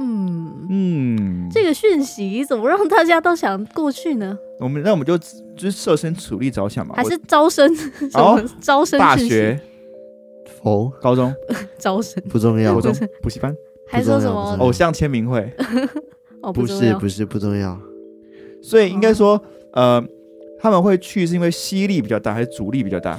[SPEAKER 3] 嗯，
[SPEAKER 2] 嗯，
[SPEAKER 3] 这个讯息怎么让大家都想过去呢？
[SPEAKER 2] 我们那我们就就是设身处地着想嘛，
[SPEAKER 3] 还
[SPEAKER 2] 啊我哦
[SPEAKER 3] 是招生？ 什么招生
[SPEAKER 2] 大
[SPEAKER 3] 讯息
[SPEAKER 2] 学、
[SPEAKER 1] 否
[SPEAKER 2] 高中、
[SPEAKER 3] 招生，
[SPEAKER 1] 不重要
[SPEAKER 2] 国，中补习班、
[SPEAKER 3] 还说什
[SPEAKER 1] 不
[SPEAKER 3] 么
[SPEAKER 1] 重？
[SPEAKER 2] 偶像签 名会，
[SPEAKER 3] 哦，
[SPEAKER 1] 不
[SPEAKER 3] 重
[SPEAKER 1] 是
[SPEAKER 3] 要
[SPEAKER 1] 不是不重要，
[SPEAKER 2] 所以应
[SPEAKER 3] 哦
[SPEAKER 2] 该说，呃，他们会去是因为吸力比较大还是阻力比较大？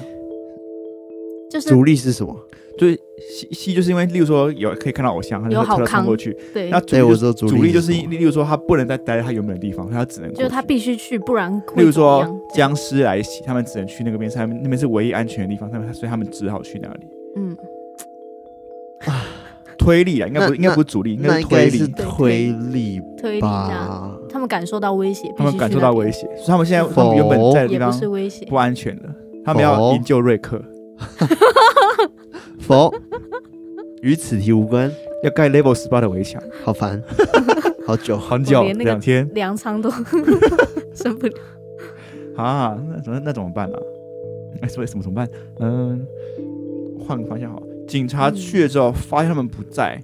[SPEAKER 3] 就是
[SPEAKER 1] 主力是什么？
[SPEAKER 2] 就是吸吸就是因为，例如说有可以看到偶像，他就
[SPEAKER 3] 有
[SPEAKER 2] 会
[SPEAKER 3] 好
[SPEAKER 2] 特地冲
[SPEAKER 3] 康
[SPEAKER 2] 过去。
[SPEAKER 3] 对
[SPEAKER 2] 那，阻
[SPEAKER 1] 对，哎
[SPEAKER 2] 力
[SPEAKER 1] 我
[SPEAKER 2] 就是
[SPEAKER 1] 说主
[SPEAKER 2] 阻力就是是，
[SPEAKER 1] 什么
[SPEAKER 2] 例如说他不能再待在他原本的地方，他只能
[SPEAKER 3] 就是他
[SPEAKER 2] 过去
[SPEAKER 3] 必须去，不然会
[SPEAKER 2] 例如说
[SPEAKER 3] 怎么样
[SPEAKER 2] 僵尸来袭，他们只能去那个边，是他们那边是唯一安全的地方，他们所以他们只好去那里。
[SPEAKER 3] 嗯，
[SPEAKER 2] 推力啊，应该不
[SPEAKER 1] 那
[SPEAKER 2] 应该不是阻力，应
[SPEAKER 1] 那
[SPEAKER 2] 该
[SPEAKER 1] 应
[SPEAKER 2] 推
[SPEAKER 1] 该是
[SPEAKER 2] 力。
[SPEAKER 1] 推力
[SPEAKER 3] 推力啊，
[SPEAKER 1] 吧？
[SPEAKER 3] 他们感受到威胁，
[SPEAKER 2] 他们感受到威胁，所以他们现在
[SPEAKER 1] 否
[SPEAKER 2] 他们原本在的
[SPEAKER 3] 必须去那边，也不
[SPEAKER 2] 地方
[SPEAKER 3] 是威胁
[SPEAKER 2] 不，安全了，他们要
[SPEAKER 1] 否
[SPEAKER 2] 营救瑞克，
[SPEAKER 1] 否，与此题无关，
[SPEAKER 2] 要盖 level 十八的围墙，
[SPEAKER 1] 好烦， 好久。
[SPEAKER 2] 很久
[SPEAKER 3] 我连那个
[SPEAKER 2] 两天
[SPEAKER 3] 粮仓都 生不了。
[SPEAKER 2] 啊，那怎么那怎么办啊？哎，所以什么怎么办？嗯，换个方向好了。警察去了之后，发现他们不在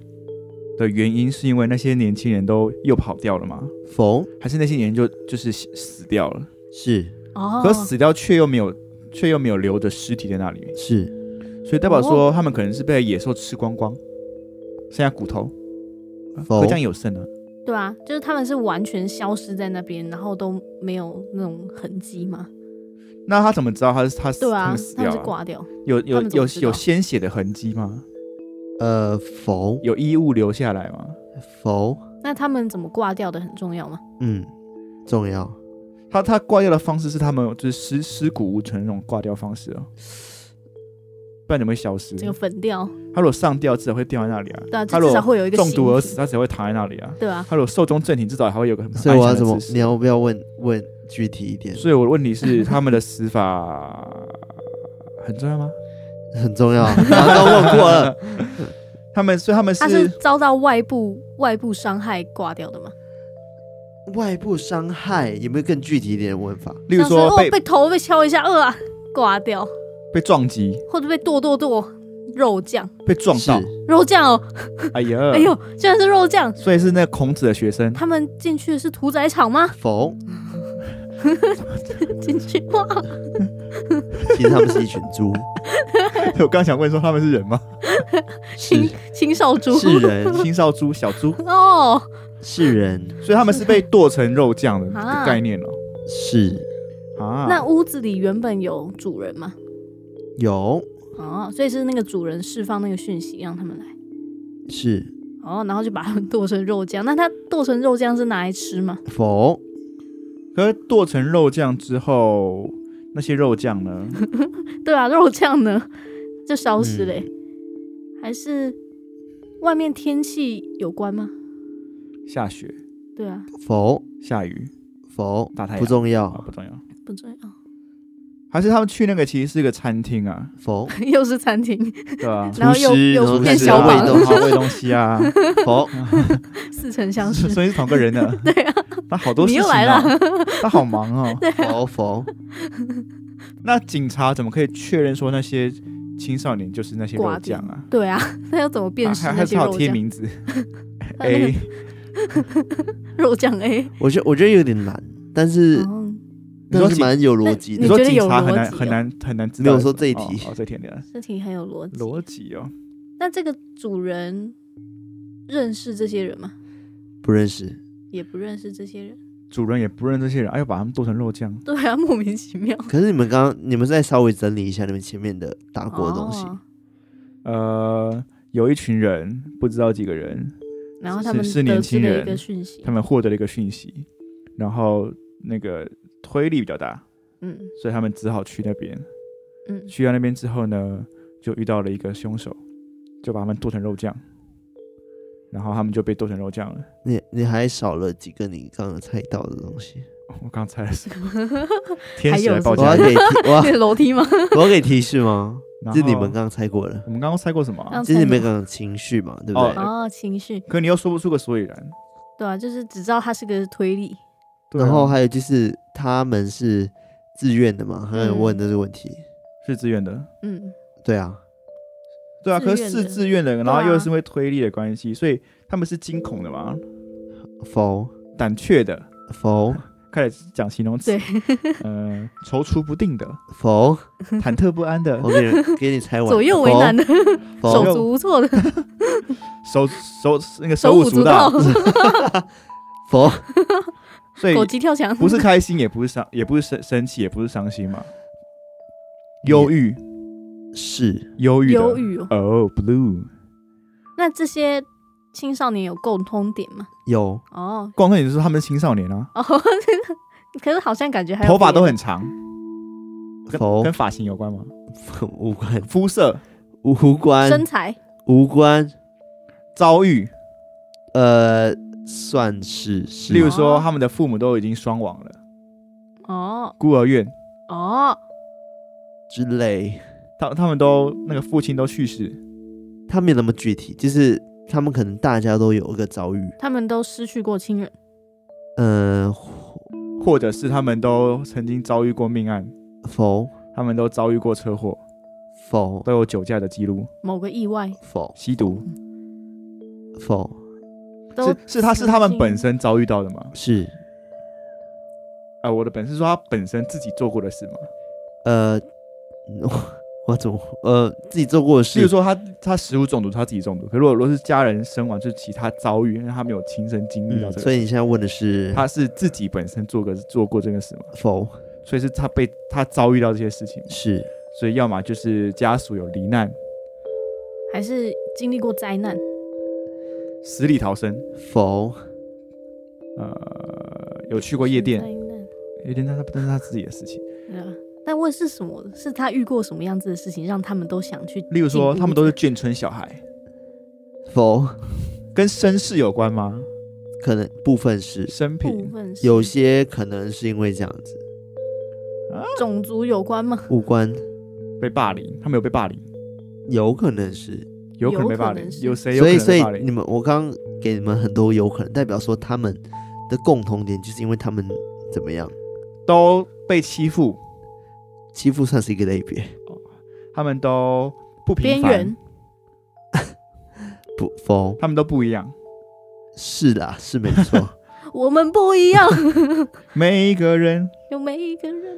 [SPEAKER 2] 的原因，是因为那些年轻人都又跑掉了吗？
[SPEAKER 1] 否，
[SPEAKER 2] 还是那些年就就是死死掉了？
[SPEAKER 1] 是
[SPEAKER 3] 哦，
[SPEAKER 2] 可死掉却又没有，却又没有留着尸体在那里，
[SPEAKER 1] 是
[SPEAKER 2] 所以
[SPEAKER 3] 哦
[SPEAKER 2] 代表说他们可能是被野兽吃光光，剩下骨头，
[SPEAKER 1] 否
[SPEAKER 2] 可这样有剩啊？
[SPEAKER 3] 对啊，就是他们是完全消失在那边，然后都没有那种痕迹嘛。
[SPEAKER 2] 那他怎么知道他是他死
[SPEAKER 3] 对
[SPEAKER 2] 他
[SPEAKER 3] 啊
[SPEAKER 2] 们死，
[SPEAKER 3] 他们
[SPEAKER 2] 掉
[SPEAKER 3] 是
[SPEAKER 2] 了？
[SPEAKER 3] 挂掉，
[SPEAKER 2] 有
[SPEAKER 3] 他
[SPEAKER 2] 有
[SPEAKER 3] 们怎
[SPEAKER 2] 有
[SPEAKER 3] 么知道
[SPEAKER 2] 有鲜血的痕迹吗？
[SPEAKER 1] 呃否
[SPEAKER 2] 有衣物留下来吗？
[SPEAKER 1] 否，
[SPEAKER 3] 那他们怎么挂掉的很重要吗？
[SPEAKER 1] 嗯，重要，
[SPEAKER 2] 他他挂掉的方式是他们就是尸尸骨无存那种挂掉方式哦，不然怎么会消失？
[SPEAKER 3] 这个粉掉，
[SPEAKER 2] 他如果上吊，至少会掉在那里啊。
[SPEAKER 3] 对啊，
[SPEAKER 2] 他
[SPEAKER 3] 就
[SPEAKER 2] 如
[SPEAKER 3] 至
[SPEAKER 2] 果
[SPEAKER 3] 少会有一个
[SPEAKER 2] 中毒
[SPEAKER 3] 形
[SPEAKER 2] 而死，
[SPEAKER 3] 体，
[SPEAKER 2] 他只会躺在那里啊。
[SPEAKER 3] 对啊，
[SPEAKER 2] 他如果寿终正寝，至少还会有个很
[SPEAKER 1] 所以我要
[SPEAKER 2] 安详
[SPEAKER 1] 怎
[SPEAKER 2] 的
[SPEAKER 1] 么
[SPEAKER 2] 姿？势
[SPEAKER 1] 你要不要问问具体一 点？
[SPEAKER 2] 所以我的问题是，他们的死法很重要 吗？
[SPEAKER 1] 很重要，刚刚问过了，
[SPEAKER 2] 他们，所以他们
[SPEAKER 3] 他
[SPEAKER 2] 是
[SPEAKER 3] 是遭到外部外部伤害挂掉的嘛？
[SPEAKER 1] 外部伤害有没有更具体一点的问法？
[SPEAKER 2] 例如
[SPEAKER 3] 像是
[SPEAKER 2] 说
[SPEAKER 3] 哦
[SPEAKER 2] 被
[SPEAKER 3] 被头被敲一下，呃、啊，挂掉，
[SPEAKER 2] 被撞击、
[SPEAKER 3] 或者被剁剁剁肉酱，
[SPEAKER 2] 被撞到
[SPEAKER 1] 是，
[SPEAKER 3] 肉酱哦，
[SPEAKER 2] 哎呀，
[SPEAKER 3] 哎呦，竟然是肉酱！
[SPEAKER 2] 所以是那孔子的学生，
[SPEAKER 3] 他们 进去的是屠宰场吗？
[SPEAKER 1] 否
[SPEAKER 3] 进去哇，
[SPEAKER 1] 其实他们是一群 猪，
[SPEAKER 2] 我刚想问说他们是人 吗？
[SPEAKER 1] 是
[SPEAKER 3] 青少猪
[SPEAKER 1] 是人
[SPEAKER 2] 青少猪、小猪，
[SPEAKER 3] 哦，
[SPEAKER 1] 是人
[SPEAKER 2] 所以他们是被剁成肉酱的
[SPEAKER 3] 啊
[SPEAKER 2] 概念哦。
[SPEAKER 1] 是
[SPEAKER 2] 啊，
[SPEAKER 3] 那屋子里原本有主人吗？
[SPEAKER 1] 有
[SPEAKER 3] 哦，所以是那个主人释放那个讯息让他们来，
[SPEAKER 1] 是
[SPEAKER 3] 哦，然后就把他们剁成肉酱。那他剁成肉酱是拿来吃吗？
[SPEAKER 1] 否
[SPEAKER 2] 可是剁成肉酱之后，那些肉酱 呢？
[SPEAKER 3] 对啊，肉酱呢就消失嘞、还是外面天气有关吗？
[SPEAKER 2] 下雪、
[SPEAKER 3] 对啊，
[SPEAKER 1] 否
[SPEAKER 2] 下雨
[SPEAKER 1] 否
[SPEAKER 2] 大太阳
[SPEAKER 1] 不重
[SPEAKER 2] 啊，
[SPEAKER 1] 要
[SPEAKER 2] 不重要。
[SPEAKER 3] 不重要，
[SPEAKER 2] 还是他们去那个其实是个餐厅啊，
[SPEAKER 1] 否
[SPEAKER 3] 又是餐厅，
[SPEAKER 2] 对啊，
[SPEAKER 3] 然后又
[SPEAKER 1] 厨师然
[SPEAKER 3] 又
[SPEAKER 1] 后
[SPEAKER 3] 变
[SPEAKER 1] 开始
[SPEAKER 3] 小
[SPEAKER 1] 喂
[SPEAKER 3] 宝，
[SPEAKER 1] 东西
[SPEAKER 2] 喂 东 西啊，
[SPEAKER 1] 否
[SPEAKER 3] 似曾相识。
[SPEAKER 2] 所以是同个 人的。对啊，他好多事
[SPEAKER 3] 你
[SPEAKER 2] 情
[SPEAKER 3] 又来
[SPEAKER 2] 啊
[SPEAKER 3] 了，
[SPEAKER 2] 他好 忙哦。
[SPEAKER 1] 否否
[SPEAKER 2] 那警察怎么可以确认说那些青少年就是那些肉酱啊？
[SPEAKER 3] 对啊， 那要怎么辨
[SPEAKER 2] 啊
[SPEAKER 3] 识
[SPEAKER 2] 还
[SPEAKER 3] 那
[SPEAKER 2] 还
[SPEAKER 3] 些
[SPEAKER 2] 是好
[SPEAKER 3] 肉
[SPEAKER 2] 贴
[SPEAKER 3] 酱？
[SPEAKER 2] 名字哎
[SPEAKER 3] 那个
[SPEAKER 2] ，A
[SPEAKER 3] 肉酱 A，
[SPEAKER 1] 我觉得我觉得有点难，但是
[SPEAKER 3] 哦，
[SPEAKER 2] 你说
[SPEAKER 1] 但是蛮有逻辑
[SPEAKER 2] 你
[SPEAKER 1] 的
[SPEAKER 3] 那。
[SPEAKER 2] 说
[SPEAKER 3] 你觉得
[SPEAKER 2] 警察
[SPEAKER 3] 有
[SPEAKER 2] 很难
[SPEAKER 3] 逻辑哦
[SPEAKER 2] 很难很难知道。
[SPEAKER 1] 没有说这一题
[SPEAKER 2] 哦，哦这一题很难
[SPEAKER 3] 这题很有逻辑。
[SPEAKER 2] 逻辑哦。
[SPEAKER 3] 那这个主人认识这些人吗？
[SPEAKER 1] 不认识，
[SPEAKER 3] 也不认识这些人。
[SPEAKER 2] 主人也不认这些人，哎呦，把他们剁成肉酱，
[SPEAKER 3] 对啊，莫名其妙。
[SPEAKER 1] 可是你们刚刚你们再稍微整理一下你们前面的打过啊的东西，
[SPEAKER 3] 哦
[SPEAKER 2] 呃，有一群人不知道几个人，
[SPEAKER 3] 然后他们
[SPEAKER 2] 是
[SPEAKER 3] 得
[SPEAKER 2] 是年
[SPEAKER 3] 知
[SPEAKER 2] 轻
[SPEAKER 3] 了一
[SPEAKER 2] 人
[SPEAKER 3] 个讯息
[SPEAKER 2] 他，们获得了一个讯息，然后那个推力比较大，
[SPEAKER 3] 嗯
[SPEAKER 2] 所以他们只好去那边。
[SPEAKER 3] 嗯，
[SPEAKER 2] 去到那边之后呢，就遇到了一个凶手，就把他们剁成肉酱，然后他们就被剁成肉酱了。
[SPEAKER 1] 你你还少了几个你刚刚猜到的东西。
[SPEAKER 2] 哦我 刚猜的是天使来报
[SPEAKER 3] 我
[SPEAKER 1] 我
[SPEAKER 2] 家
[SPEAKER 1] 要
[SPEAKER 2] 里，
[SPEAKER 1] 给提我 要
[SPEAKER 3] 那个楼梯 吗？
[SPEAKER 1] 我要给提示吗？
[SPEAKER 2] 然
[SPEAKER 1] 是
[SPEAKER 2] 后
[SPEAKER 1] 你们刚刚猜过了，
[SPEAKER 2] 我们刚刚猜过什么啊、
[SPEAKER 3] 刚
[SPEAKER 1] 就是你们刚刚情绪嘛，对不对？
[SPEAKER 2] 哦
[SPEAKER 3] 哦，情绪，
[SPEAKER 2] 可你又说不出个所以然。
[SPEAKER 3] 对啊，就是只知道他是个推理，
[SPEAKER 2] 对啊
[SPEAKER 1] 然后还有就是他们是自愿的嘛，还有人问的这个问题，
[SPEAKER 2] 是自愿的，
[SPEAKER 3] 嗯，
[SPEAKER 1] 对啊，
[SPEAKER 2] 对啊，
[SPEAKER 3] 自愿
[SPEAKER 2] 可
[SPEAKER 3] 的啊
[SPEAKER 2] 是是自愿的，然后又是因为推力的关系，所以他们是惊恐的嘛，
[SPEAKER 1] 否
[SPEAKER 2] 胆怯的，
[SPEAKER 1] 否
[SPEAKER 2] 开始讲形容词，
[SPEAKER 3] 对，
[SPEAKER 2] 嗯、踌躇不 定的，
[SPEAKER 1] 否，
[SPEAKER 2] 忐忑不安的
[SPEAKER 1] 我，给你给你猜完，
[SPEAKER 3] 左右为难的，
[SPEAKER 2] 哦
[SPEAKER 1] 否，
[SPEAKER 3] 手
[SPEAKER 1] 否
[SPEAKER 3] 足无措的，
[SPEAKER 2] 手手那个
[SPEAKER 3] 手
[SPEAKER 2] 手舞足蹈，
[SPEAKER 3] 蹈，
[SPEAKER 1] 否
[SPEAKER 2] 所以
[SPEAKER 3] 狗急跳墙，
[SPEAKER 2] 不是开心，也不是伤，也不是生生气，也不是伤心嘛，忧郁，
[SPEAKER 1] 是
[SPEAKER 2] 忧郁的，
[SPEAKER 3] 忧郁哦。
[SPEAKER 2] 哦，blue，
[SPEAKER 3] 那这些青少年有共通点吗？
[SPEAKER 1] 有
[SPEAKER 3] 哦
[SPEAKER 2] 光看你说他们是青少年啊，
[SPEAKER 3] 哦， 真的可是好像感觉还有
[SPEAKER 2] 头发
[SPEAKER 3] 别
[SPEAKER 2] 都
[SPEAKER 3] 的
[SPEAKER 2] 很长，跟
[SPEAKER 1] 否
[SPEAKER 2] 跟发型有关吗？
[SPEAKER 1] 无关
[SPEAKER 2] 肤色、
[SPEAKER 1] 无关
[SPEAKER 3] 身材
[SPEAKER 1] 无关，
[SPEAKER 2] 遭遇，
[SPEAKER 1] 呃，算是是
[SPEAKER 2] 例如说他们的父母都已经双亡了，
[SPEAKER 3] 哦
[SPEAKER 2] 孤儿院，
[SPEAKER 3] 哦
[SPEAKER 1] 之类，
[SPEAKER 2] 他他们都那个父亲都去世，
[SPEAKER 1] 他没有那么具体，就是他们可能大家都有一个遭遇，
[SPEAKER 3] 他们都失去过亲人，
[SPEAKER 1] 呃，
[SPEAKER 2] 或者是他们都曾经遭遇过命案，
[SPEAKER 1] 否
[SPEAKER 2] 他们都遭遇过车祸，
[SPEAKER 1] 否
[SPEAKER 2] 都有酒驾的记录，
[SPEAKER 3] 某个意外
[SPEAKER 1] 否
[SPEAKER 2] 吸毒，
[SPEAKER 1] 否
[SPEAKER 3] 都
[SPEAKER 2] 是是他是他们本身遭遇到的吗？
[SPEAKER 1] 是
[SPEAKER 2] 啊，我的本是说他本身自己做过的事嘛，
[SPEAKER 1] 呃， 我我怎么呃自己做过的
[SPEAKER 2] 例如
[SPEAKER 1] 事，
[SPEAKER 2] 说他他食物中毒，他自己中毒，可如果如果是家人身亡，就是其他遭遇，因为他没有亲身经历到
[SPEAKER 1] 嗯，
[SPEAKER 2] 这个，
[SPEAKER 1] 所以你现在问的是
[SPEAKER 2] 他是自己本身做个做过这个事嘛，
[SPEAKER 1] 否
[SPEAKER 2] 所以是他被他遭遇到这些事情，
[SPEAKER 1] 是
[SPEAKER 2] 所以要么就是家属有罹难，
[SPEAKER 3] 还是经历过灾难，
[SPEAKER 2] 死里逃生，
[SPEAKER 1] 否
[SPEAKER 2] 呃，有去过夜店
[SPEAKER 3] 灾，难
[SPEAKER 2] 夜店那他但是他自己的事情，
[SPEAKER 3] 对啊。但问是什么？是他遇过什么样子的事情，让他们都想去？
[SPEAKER 2] 例如说他们都是眷村小孩，
[SPEAKER 1] 否
[SPEAKER 2] 跟身世有关吗？
[SPEAKER 1] 可能部分是
[SPEAKER 2] 生
[SPEAKER 3] 部
[SPEAKER 2] 平
[SPEAKER 3] 分是
[SPEAKER 1] 有些可能是因为这样子
[SPEAKER 3] 种族有关吗？
[SPEAKER 1] 无关，
[SPEAKER 2] 被霸凌，他们有被霸凌，
[SPEAKER 1] 有可能是，
[SPEAKER 2] 有可能被霸
[SPEAKER 3] 有可
[SPEAKER 2] 凌
[SPEAKER 3] 能，是
[SPEAKER 2] 有谁
[SPEAKER 1] 所
[SPEAKER 2] 有可
[SPEAKER 1] 以
[SPEAKER 2] 能
[SPEAKER 1] 所
[SPEAKER 2] 被
[SPEAKER 1] 以
[SPEAKER 2] 霸凌
[SPEAKER 1] 你？们我刚刚给你们很多有可能，代表说他们的共同点就是因为他们怎么样
[SPEAKER 2] 都被欺负，
[SPEAKER 1] 欺负算是一个类别，
[SPEAKER 2] 他们都不
[SPEAKER 3] 边
[SPEAKER 2] 平凡
[SPEAKER 3] 缘，
[SPEAKER 1] 不否
[SPEAKER 2] 他们都不一样，
[SPEAKER 1] 是啦是没 错，
[SPEAKER 3] 我们不一样，
[SPEAKER 2] 每一个人
[SPEAKER 3] 有每一个人的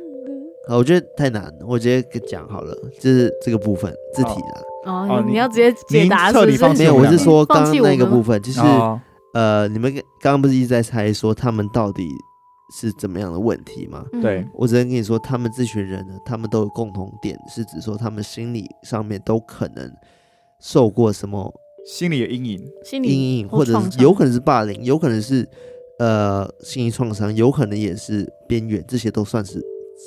[SPEAKER 1] 好，我觉得太难，我直接给讲好了，就是这个部分字体啦。
[SPEAKER 3] 哦，
[SPEAKER 2] 你
[SPEAKER 3] 你要直接解答
[SPEAKER 2] 您
[SPEAKER 3] 是
[SPEAKER 2] 彻
[SPEAKER 3] 不
[SPEAKER 2] 底放
[SPEAKER 3] 是？
[SPEAKER 2] 弃
[SPEAKER 1] 没有，
[SPEAKER 2] 我
[SPEAKER 1] 我
[SPEAKER 2] 们
[SPEAKER 1] 是说刚
[SPEAKER 3] 放
[SPEAKER 1] 刚
[SPEAKER 3] 弃
[SPEAKER 1] 那
[SPEAKER 3] 我
[SPEAKER 1] 个
[SPEAKER 3] 们
[SPEAKER 1] 部分，就是
[SPEAKER 2] 哦
[SPEAKER 1] 呃，你们刚刚不是一直在猜说他们到底是怎么样的问题吗？
[SPEAKER 3] 嗯
[SPEAKER 2] 对，
[SPEAKER 1] 我只能跟你说，他们这群人呢，他们都有共同点，是指说他们心理上面都可能受过什么
[SPEAKER 2] 心里有阴影，
[SPEAKER 3] 心理
[SPEAKER 1] 阴影，或者
[SPEAKER 3] 创
[SPEAKER 1] 是
[SPEAKER 3] 伤
[SPEAKER 1] 有可能是霸凌，有可能是呃心理创伤，有可能也是边缘，这些都算是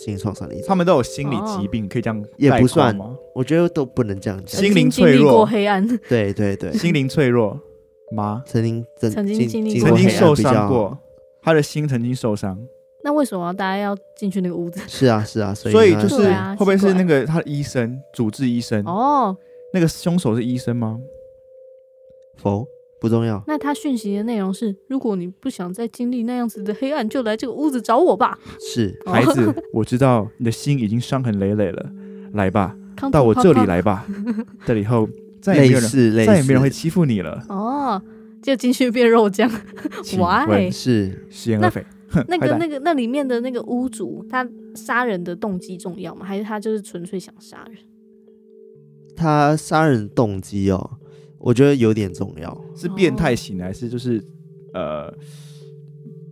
[SPEAKER 1] 心理创伤的一种。
[SPEAKER 2] 他们都有心理疾
[SPEAKER 3] 哦
[SPEAKER 2] 病，可以这样
[SPEAKER 1] 也不
[SPEAKER 2] 概括
[SPEAKER 1] 算
[SPEAKER 2] 吗？
[SPEAKER 1] 我觉得都不能这样讲
[SPEAKER 3] 曾。
[SPEAKER 2] 心灵
[SPEAKER 3] 经
[SPEAKER 2] 脆
[SPEAKER 3] 经历
[SPEAKER 2] 弱
[SPEAKER 3] 过黑暗，
[SPEAKER 1] 对对对，
[SPEAKER 2] 心灵脆弱 吗？
[SPEAKER 1] 曾经曾
[SPEAKER 3] 曾经经历过
[SPEAKER 1] 过
[SPEAKER 2] 曾经
[SPEAKER 1] 黑暗
[SPEAKER 2] 受
[SPEAKER 1] 比较
[SPEAKER 2] 伤过，他的心曾经受伤，
[SPEAKER 3] 那为什么大家要进去那个屋子？
[SPEAKER 1] 是啊是啊，
[SPEAKER 2] 所以
[SPEAKER 1] 呢
[SPEAKER 2] 就是
[SPEAKER 3] 对啊
[SPEAKER 2] 会不会是
[SPEAKER 3] 奇怪
[SPEAKER 2] 那个他的医生，主治医生？
[SPEAKER 3] 哦，
[SPEAKER 2] 那个凶手是医生吗？
[SPEAKER 1] 否不重要。
[SPEAKER 3] 那他讯息的内容是：如果你不想再经历那样子的黑暗，就来这个屋子找我吧。
[SPEAKER 1] 是
[SPEAKER 3] 哦
[SPEAKER 2] 孩 子，我知道你的心已经伤痕累累了，
[SPEAKER 3] 嗯
[SPEAKER 2] 来吧，
[SPEAKER 3] 康
[SPEAKER 2] 到
[SPEAKER 3] 普
[SPEAKER 2] 我
[SPEAKER 3] 泡
[SPEAKER 2] 这里
[SPEAKER 3] 泡。
[SPEAKER 2] 来吧，这里以后再也
[SPEAKER 1] 类
[SPEAKER 2] 没有人，
[SPEAKER 1] 似类似，
[SPEAKER 2] 再也没人会欺负你了。
[SPEAKER 3] 哦，就进去变肉 酱。
[SPEAKER 2] 请
[SPEAKER 3] Why？
[SPEAKER 2] 问
[SPEAKER 1] 是
[SPEAKER 2] 食言而肥，哼
[SPEAKER 3] 那
[SPEAKER 2] 坏
[SPEAKER 3] 个
[SPEAKER 2] 蛋
[SPEAKER 3] 那个那里面的那个屋主，他杀人的动机重要吗？还是他就是纯粹想杀人？
[SPEAKER 1] 他杀人动机哦，我觉得有点重要。
[SPEAKER 2] 是变态型的还是就是
[SPEAKER 3] 哦
[SPEAKER 2] 呃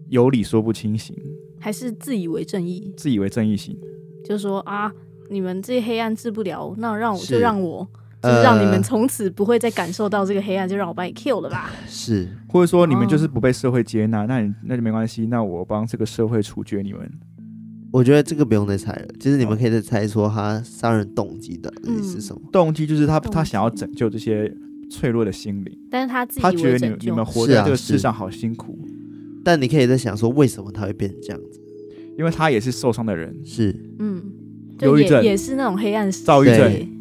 [SPEAKER 2] 有理说不清型，
[SPEAKER 3] 还是自以为正义？
[SPEAKER 2] 自以为正义型？
[SPEAKER 3] 就是说啊，你们这黑暗治不了，那让我
[SPEAKER 1] 是
[SPEAKER 3] 就让我。就
[SPEAKER 1] 呃，
[SPEAKER 3] 让你们从此不会再感受到这个黑暗，就让我把你 kill 了吧。
[SPEAKER 1] 是
[SPEAKER 2] 或者说你们
[SPEAKER 3] 哦
[SPEAKER 2] 就是不被社会接纳，那你那就没关系，那我帮这个社会处决你们。
[SPEAKER 1] 我觉得这个不用再猜了，就是你们可以再猜说他杀人动机到底是
[SPEAKER 3] 嗯
[SPEAKER 1] 什么。
[SPEAKER 2] 动机就是他
[SPEAKER 3] 动
[SPEAKER 2] 他想要
[SPEAKER 3] 机
[SPEAKER 2] 拯救这些脆弱的心灵，
[SPEAKER 3] 但是他自
[SPEAKER 2] 他
[SPEAKER 3] 以为
[SPEAKER 2] 觉得你
[SPEAKER 3] 拯
[SPEAKER 2] 们你
[SPEAKER 3] 救
[SPEAKER 2] 们，活
[SPEAKER 1] 是
[SPEAKER 2] 在
[SPEAKER 1] 啊
[SPEAKER 2] 这个世
[SPEAKER 1] 是
[SPEAKER 2] 上好辛苦，
[SPEAKER 3] 嗯
[SPEAKER 1] 但你可以在想说，为什么他会变成这样子？
[SPEAKER 2] 因为他也是受伤的人，
[SPEAKER 1] 是
[SPEAKER 3] 嗯，就
[SPEAKER 2] 忧郁
[SPEAKER 3] 也
[SPEAKER 2] 症
[SPEAKER 3] 也是那种黑暗世界
[SPEAKER 2] 躁郁
[SPEAKER 1] 症，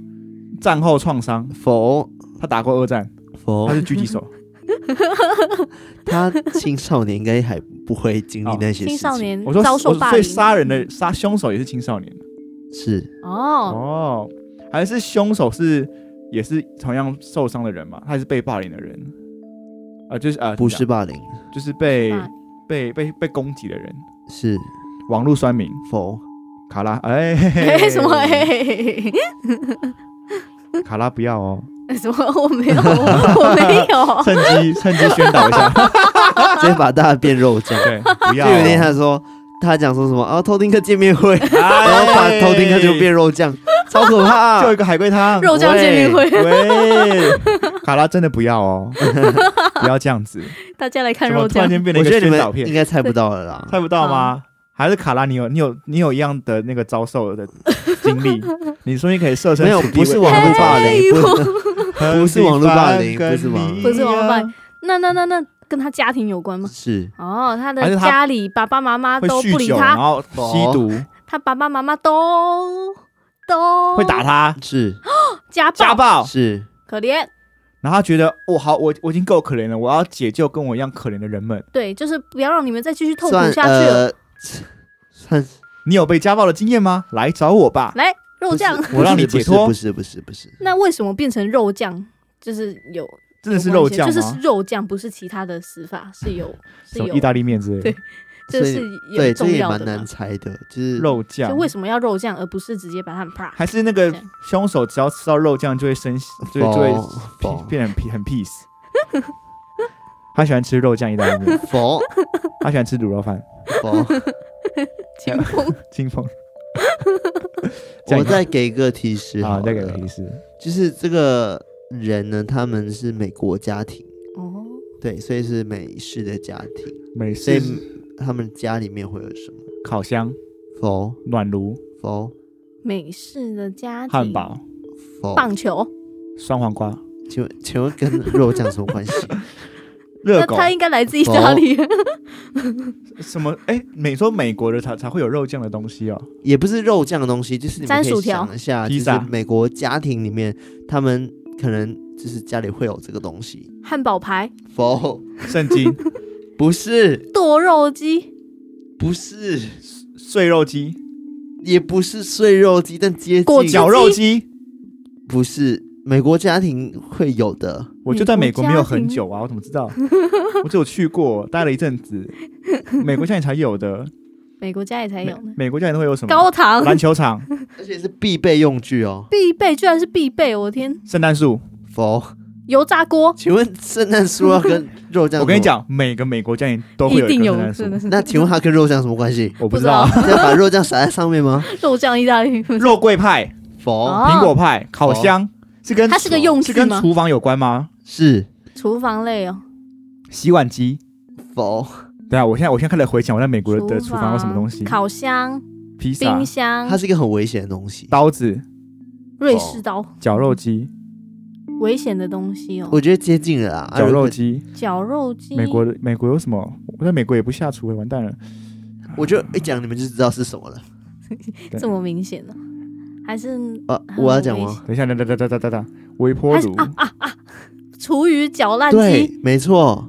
[SPEAKER 2] 战后创伤，
[SPEAKER 1] 否
[SPEAKER 2] 他打过二战，
[SPEAKER 1] 否
[SPEAKER 2] 他，是狙 击手，
[SPEAKER 1] 他青少年应该还不会经 历那些事情。
[SPEAKER 3] 哦青少年
[SPEAKER 2] 我说
[SPEAKER 3] 遭
[SPEAKER 2] 我
[SPEAKER 3] 受霸
[SPEAKER 2] 所以
[SPEAKER 3] 凌，
[SPEAKER 2] 杀人的杀凶手也是青少年
[SPEAKER 1] 是
[SPEAKER 3] 哦，
[SPEAKER 2] 哦，还是凶手是也是同样受伤的人嘛，他也是被霸凌的人，啊、就是啊、呃
[SPEAKER 1] 不是霸凌？
[SPEAKER 2] 就是被
[SPEAKER 3] 霸
[SPEAKER 2] 被被被攻击的人，
[SPEAKER 1] 是
[SPEAKER 2] 网络酸民
[SPEAKER 1] 否
[SPEAKER 2] 卡拉，哎、
[SPEAKER 3] 哎， 什么？哎，
[SPEAKER 2] 卡拉不要哦，
[SPEAKER 3] 什么？我没有，我没 有。
[SPEAKER 2] 趁机趁机宣导 一下，
[SPEAKER 1] 直接把大家变肉酱？
[SPEAKER 2] 对，
[SPEAKER 1] 就
[SPEAKER 2] 不要、
[SPEAKER 1] 有一天他说，他讲说什么啊？偷听课见面 会，
[SPEAKER 2] 哎
[SPEAKER 1] 然后把偷听课就变肉酱，超可怕、
[SPEAKER 2] 就一个海龟汤，
[SPEAKER 3] 肉酱见面会，
[SPEAKER 2] 喂，卡拉真的不 要哦，不要这样子，
[SPEAKER 3] 大家来看
[SPEAKER 2] 怎
[SPEAKER 3] 肉
[SPEAKER 2] 么突然
[SPEAKER 3] 酱。
[SPEAKER 2] 间变成
[SPEAKER 1] 我
[SPEAKER 2] 一
[SPEAKER 1] 觉
[SPEAKER 2] 个
[SPEAKER 1] 得你
[SPEAKER 2] 宣导
[SPEAKER 1] 们
[SPEAKER 2] 片
[SPEAKER 1] 应？该猜不到了 啦。
[SPEAKER 2] 猜不到吗？还是卡拉，你有你有你有一样的那个遭受的 经历，你说你可以设身
[SPEAKER 1] 没有，
[SPEAKER 2] 处地
[SPEAKER 1] 不是
[SPEAKER 2] 为
[SPEAKER 1] 网络霸凌，不是
[SPEAKER 2] 很
[SPEAKER 1] 不是网络霸凌
[SPEAKER 2] 平凡
[SPEAKER 1] 不是网
[SPEAKER 2] 跟
[SPEAKER 3] 不是网络霸
[SPEAKER 2] 你一样啊
[SPEAKER 3] 那那那那跟他家庭有关吗？
[SPEAKER 1] 是
[SPEAKER 3] 哦，他
[SPEAKER 2] 还
[SPEAKER 3] 的
[SPEAKER 2] 是他
[SPEAKER 3] 家里爸爸妈妈
[SPEAKER 2] 会
[SPEAKER 3] 都不
[SPEAKER 2] 酗
[SPEAKER 3] 理
[SPEAKER 2] 酒，啊
[SPEAKER 3] 他，
[SPEAKER 2] 然后吸毒，
[SPEAKER 3] 他爸爸妈妈都都
[SPEAKER 1] 哦
[SPEAKER 2] 会打
[SPEAKER 3] 哦
[SPEAKER 2] 他，
[SPEAKER 1] 是
[SPEAKER 3] 家
[SPEAKER 2] 家
[SPEAKER 3] 暴，
[SPEAKER 2] 暴，
[SPEAKER 1] 是
[SPEAKER 3] 可怜。
[SPEAKER 2] 然后他觉得我好，我我已经够可怜了，我要解救跟我一样可怜的人们。
[SPEAKER 3] 对，就是不要让你们再继续痛苦
[SPEAKER 1] 算
[SPEAKER 3] 下去了。
[SPEAKER 1] 呃算
[SPEAKER 2] 你有被家暴的经验吗？来找我吧，
[SPEAKER 3] 来，肉酱，
[SPEAKER 1] 不是
[SPEAKER 2] 我让你
[SPEAKER 1] 不
[SPEAKER 2] 解
[SPEAKER 1] 是
[SPEAKER 2] 脱
[SPEAKER 1] 不。是不是不是
[SPEAKER 3] 那为什么变成肉酱？就是有
[SPEAKER 2] 真的是肉酱
[SPEAKER 3] 就是
[SPEAKER 2] 吗？
[SPEAKER 3] 肉酱，不是其他的死法，是 有是
[SPEAKER 2] 什么
[SPEAKER 3] 有
[SPEAKER 2] 意，大利面之类
[SPEAKER 3] 对
[SPEAKER 2] 的？
[SPEAKER 3] 这
[SPEAKER 1] 所以
[SPEAKER 3] 是
[SPEAKER 1] 对，
[SPEAKER 3] 有
[SPEAKER 1] 这
[SPEAKER 3] 重
[SPEAKER 1] 个也
[SPEAKER 3] 要
[SPEAKER 1] 蛮
[SPEAKER 3] 的
[SPEAKER 1] 难
[SPEAKER 3] 嘛。
[SPEAKER 1] 猜的，就是
[SPEAKER 2] 肉
[SPEAKER 3] 就
[SPEAKER 2] 酱
[SPEAKER 3] 为什么要肉酱，而不是直接把它们 啪？
[SPEAKER 2] 还是那个
[SPEAKER 3] 这样
[SPEAKER 2] 凶手只要吃到肉酱就会生，就
[SPEAKER 1] 否
[SPEAKER 2] 就会
[SPEAKER 1] 否
[SPEAKER 2] 变得很 pe- 很 peace。他喜欢吃肉酱意大利面，
[SPEAKER 1] 否
[SPEAKER 2] 他喜欢吃卤肉饭、
[SPEAKER 1] 否，
[SPEAKER 3] 清风
[SPEAKER 2] 清风。这样
[SPEAKER 1] 我再给一个提示
[SPEAKER 2] 好，
[SPEAKER 1] 好
[SPEAKER 2] 啊再给个
[SPEAKER 1] 了
[SPEAKER 2] 提示。
[SPEAKER 1] 就是这个人呢，他们是美国家庭，
[SPEAKER 3] 哦，
[SPEAKER 1] 对，所以是美式的家庭，
[SPEAKER 2] 美
[SPEAKER 1] 所以
[SPEAKER 2] 式
[SPEAKER 1] 他们家里面会有什么？
[SPEAKER 2] 烤箱、
[SPEAKER 1] 否
[SPEAKER 2] 暖炉、
[SPEAKER 1] 否
[SPEAKER 3] 美式的家庭
[SPEAKER 2] 汉、堡、
[SPEAKER 1] 否，
[SPEAKER 3] 棒球，
[SPEAKER 2] 酸黄瓜、
[SPEAKER 1] 请问请问跟肉酱什么 关系？
[SPEAKER 2] 热
[SPEAKER 3] 那
[SPEAKER 2] 狗。哦
[SPEAKER 3] 它应该来自意大利。
[SPEAKER 2] 什么？哎，美说美国的才才会有肉酱的东西哦。
[SPEAKER 1] 也不是肉酱的东西，就是你们
[SPEAKER 3] 沾
[SPEAKER 1] 可以
[SPEAKER 3] 薯条
[SPEAKER 1] 想一下，就
[SPEAKER 2] 披
[SPEAKER 1] 是
[SPEAKER 2] 萨
[SPEAKER 1] 美国家庭里面，他们可能就是家里会有这个东西。
[SPEAKER 3] 汉堡排、
[SPEAKER 1] 否，
[SPEAKER 2] 圣 经、
[SPEAKER 1] 不是，
[SPEAKER 3] 剁肉机、
[SPEAKER 1] 不是，
[SPEAKER 2] 碎肉机、
[SPEAKER 1] 也不是碎肉机，但接
[SPEAKER 3] 果汁
[SPEAKER 1] 近。
[SPEAKER 2] 绞肉机。
[SPEAKER 1] 不是美国家庭会有的，
[SPEAKER 2] 我就在美国没有很久 啊，我怎么知道？我只有去过，待了一阵子。美国现在才有的
[SPEAKER 3] 美国家里才
[SPEAKER 2] 美
[SPEAKER 3] 有呢。
[SPEAKER 2] 美国家里都会有什么？
[SPEAKER 3] 高糖
[SPEAKER 2] 篮球场、
[SPEAKER 1] 而且是必备用具哦。
[SPEAKER 3] 必备，居然是必备！我的天，
[SPEAKER 2] 圣诞树。
[SPEAKER 1] 否，
[SPEAKER 3] 油炸锅
[SPEAKER 1] 请问圣诞树要跟肉酱？
[SPEAKER 2] 我跟你，讲，每个美国家庭都会
[SPEAKER 3] 一
[SPEAKER 2] 有一
[SPEAKER 3] 定
[SPEAKER 2] 个
[SPEAKER 3] 有
[SPEAKER 2] 圣诞，
[SPEAKER 3] 真的
[SPEAKER 2] 树。
[SPEAKER 3] 是
[SPEAKER 1] 那请问它跟肉酱什么关系？
[SPEAKER 2] 我不
[SPEAKER 3] 不
[SPEAKER 2] 知
[SPEAKER 3] 知
[SPEAKER 2] 道
[SPEAKER 3] 道，
[SPEAKER 1] 要把肉酱撒在上面吗？
[SPEAKER 3] 肉酱意大利 面。
[SPEAKER 2] 肉桂派、
[SPEAKER 1] 否，
[SPEAKER 3] 哦
[SPEAKER 2] 苹果派、烤箱是跟
[SPEAKER 3] 它是个用
[SPEAKER 2] 是
[SPEAKER 3] 具
[SPEAKER 2] 跟
[SPEAKER 3] 吗？
[SPEAKER 2] 厨房有关吗？
[SPEAKER 1] 是
[SPEAKER 3] 厨房类哦，
[SPEAKER 2] 洗碗机。
[SPEAKER 1] 否，
[SPEAKER 2] 对啊，我现在我现在开始回想我在美国的厨房有什么东西，
[SPEAKER 3] 烤箱、
[SPEAKER 2] 披萨
[SPEAKER 3] 冰、箱
[SPEAKER 1] 它、是一个很危险的东西。
[SPEAKER 2] 刀子、
[SPEAKER 3] 瑞士刀，
[SPEAKER 2] 绞肉机、
[SPEAKER 3] 危险的东西哦，
[SPEAKER 1] 我觉得接近了啦，
[SPEAKER 2] 绞
[SPEAKER 1] 啊如
[SPEAKER 2] 肉
[SPEAKER 1] 果
[SPEAKER 2] 机。
[SPEAKER 3] 绞肉机。
[SPEAKER 2] 美国的美国有什么？我在美国也不下厨，完蛋了。
[SPEAKER 1] 哎我就一讲你们就知道是什么了。
[SPEAKER 3] 这么明显呢？还是
[SPEAKER 1] 啊，
[SPEAKER 3] 很
[SPEAKER 1] 我要讲
[SPEAKER 3] 危
[SPEAKER 1] 吗？
[SPEAKER 2] 等一下，等等等等等等等，微波
[SPEAKER 3] 还是
[SPEAKER 2] 炉。
[SPEAKER 3] 啊啊啊！厨余搅烂
[SPEAKER 1] 对
[SPEAKER 3] 机，，
[SPEAKER 1] 没错，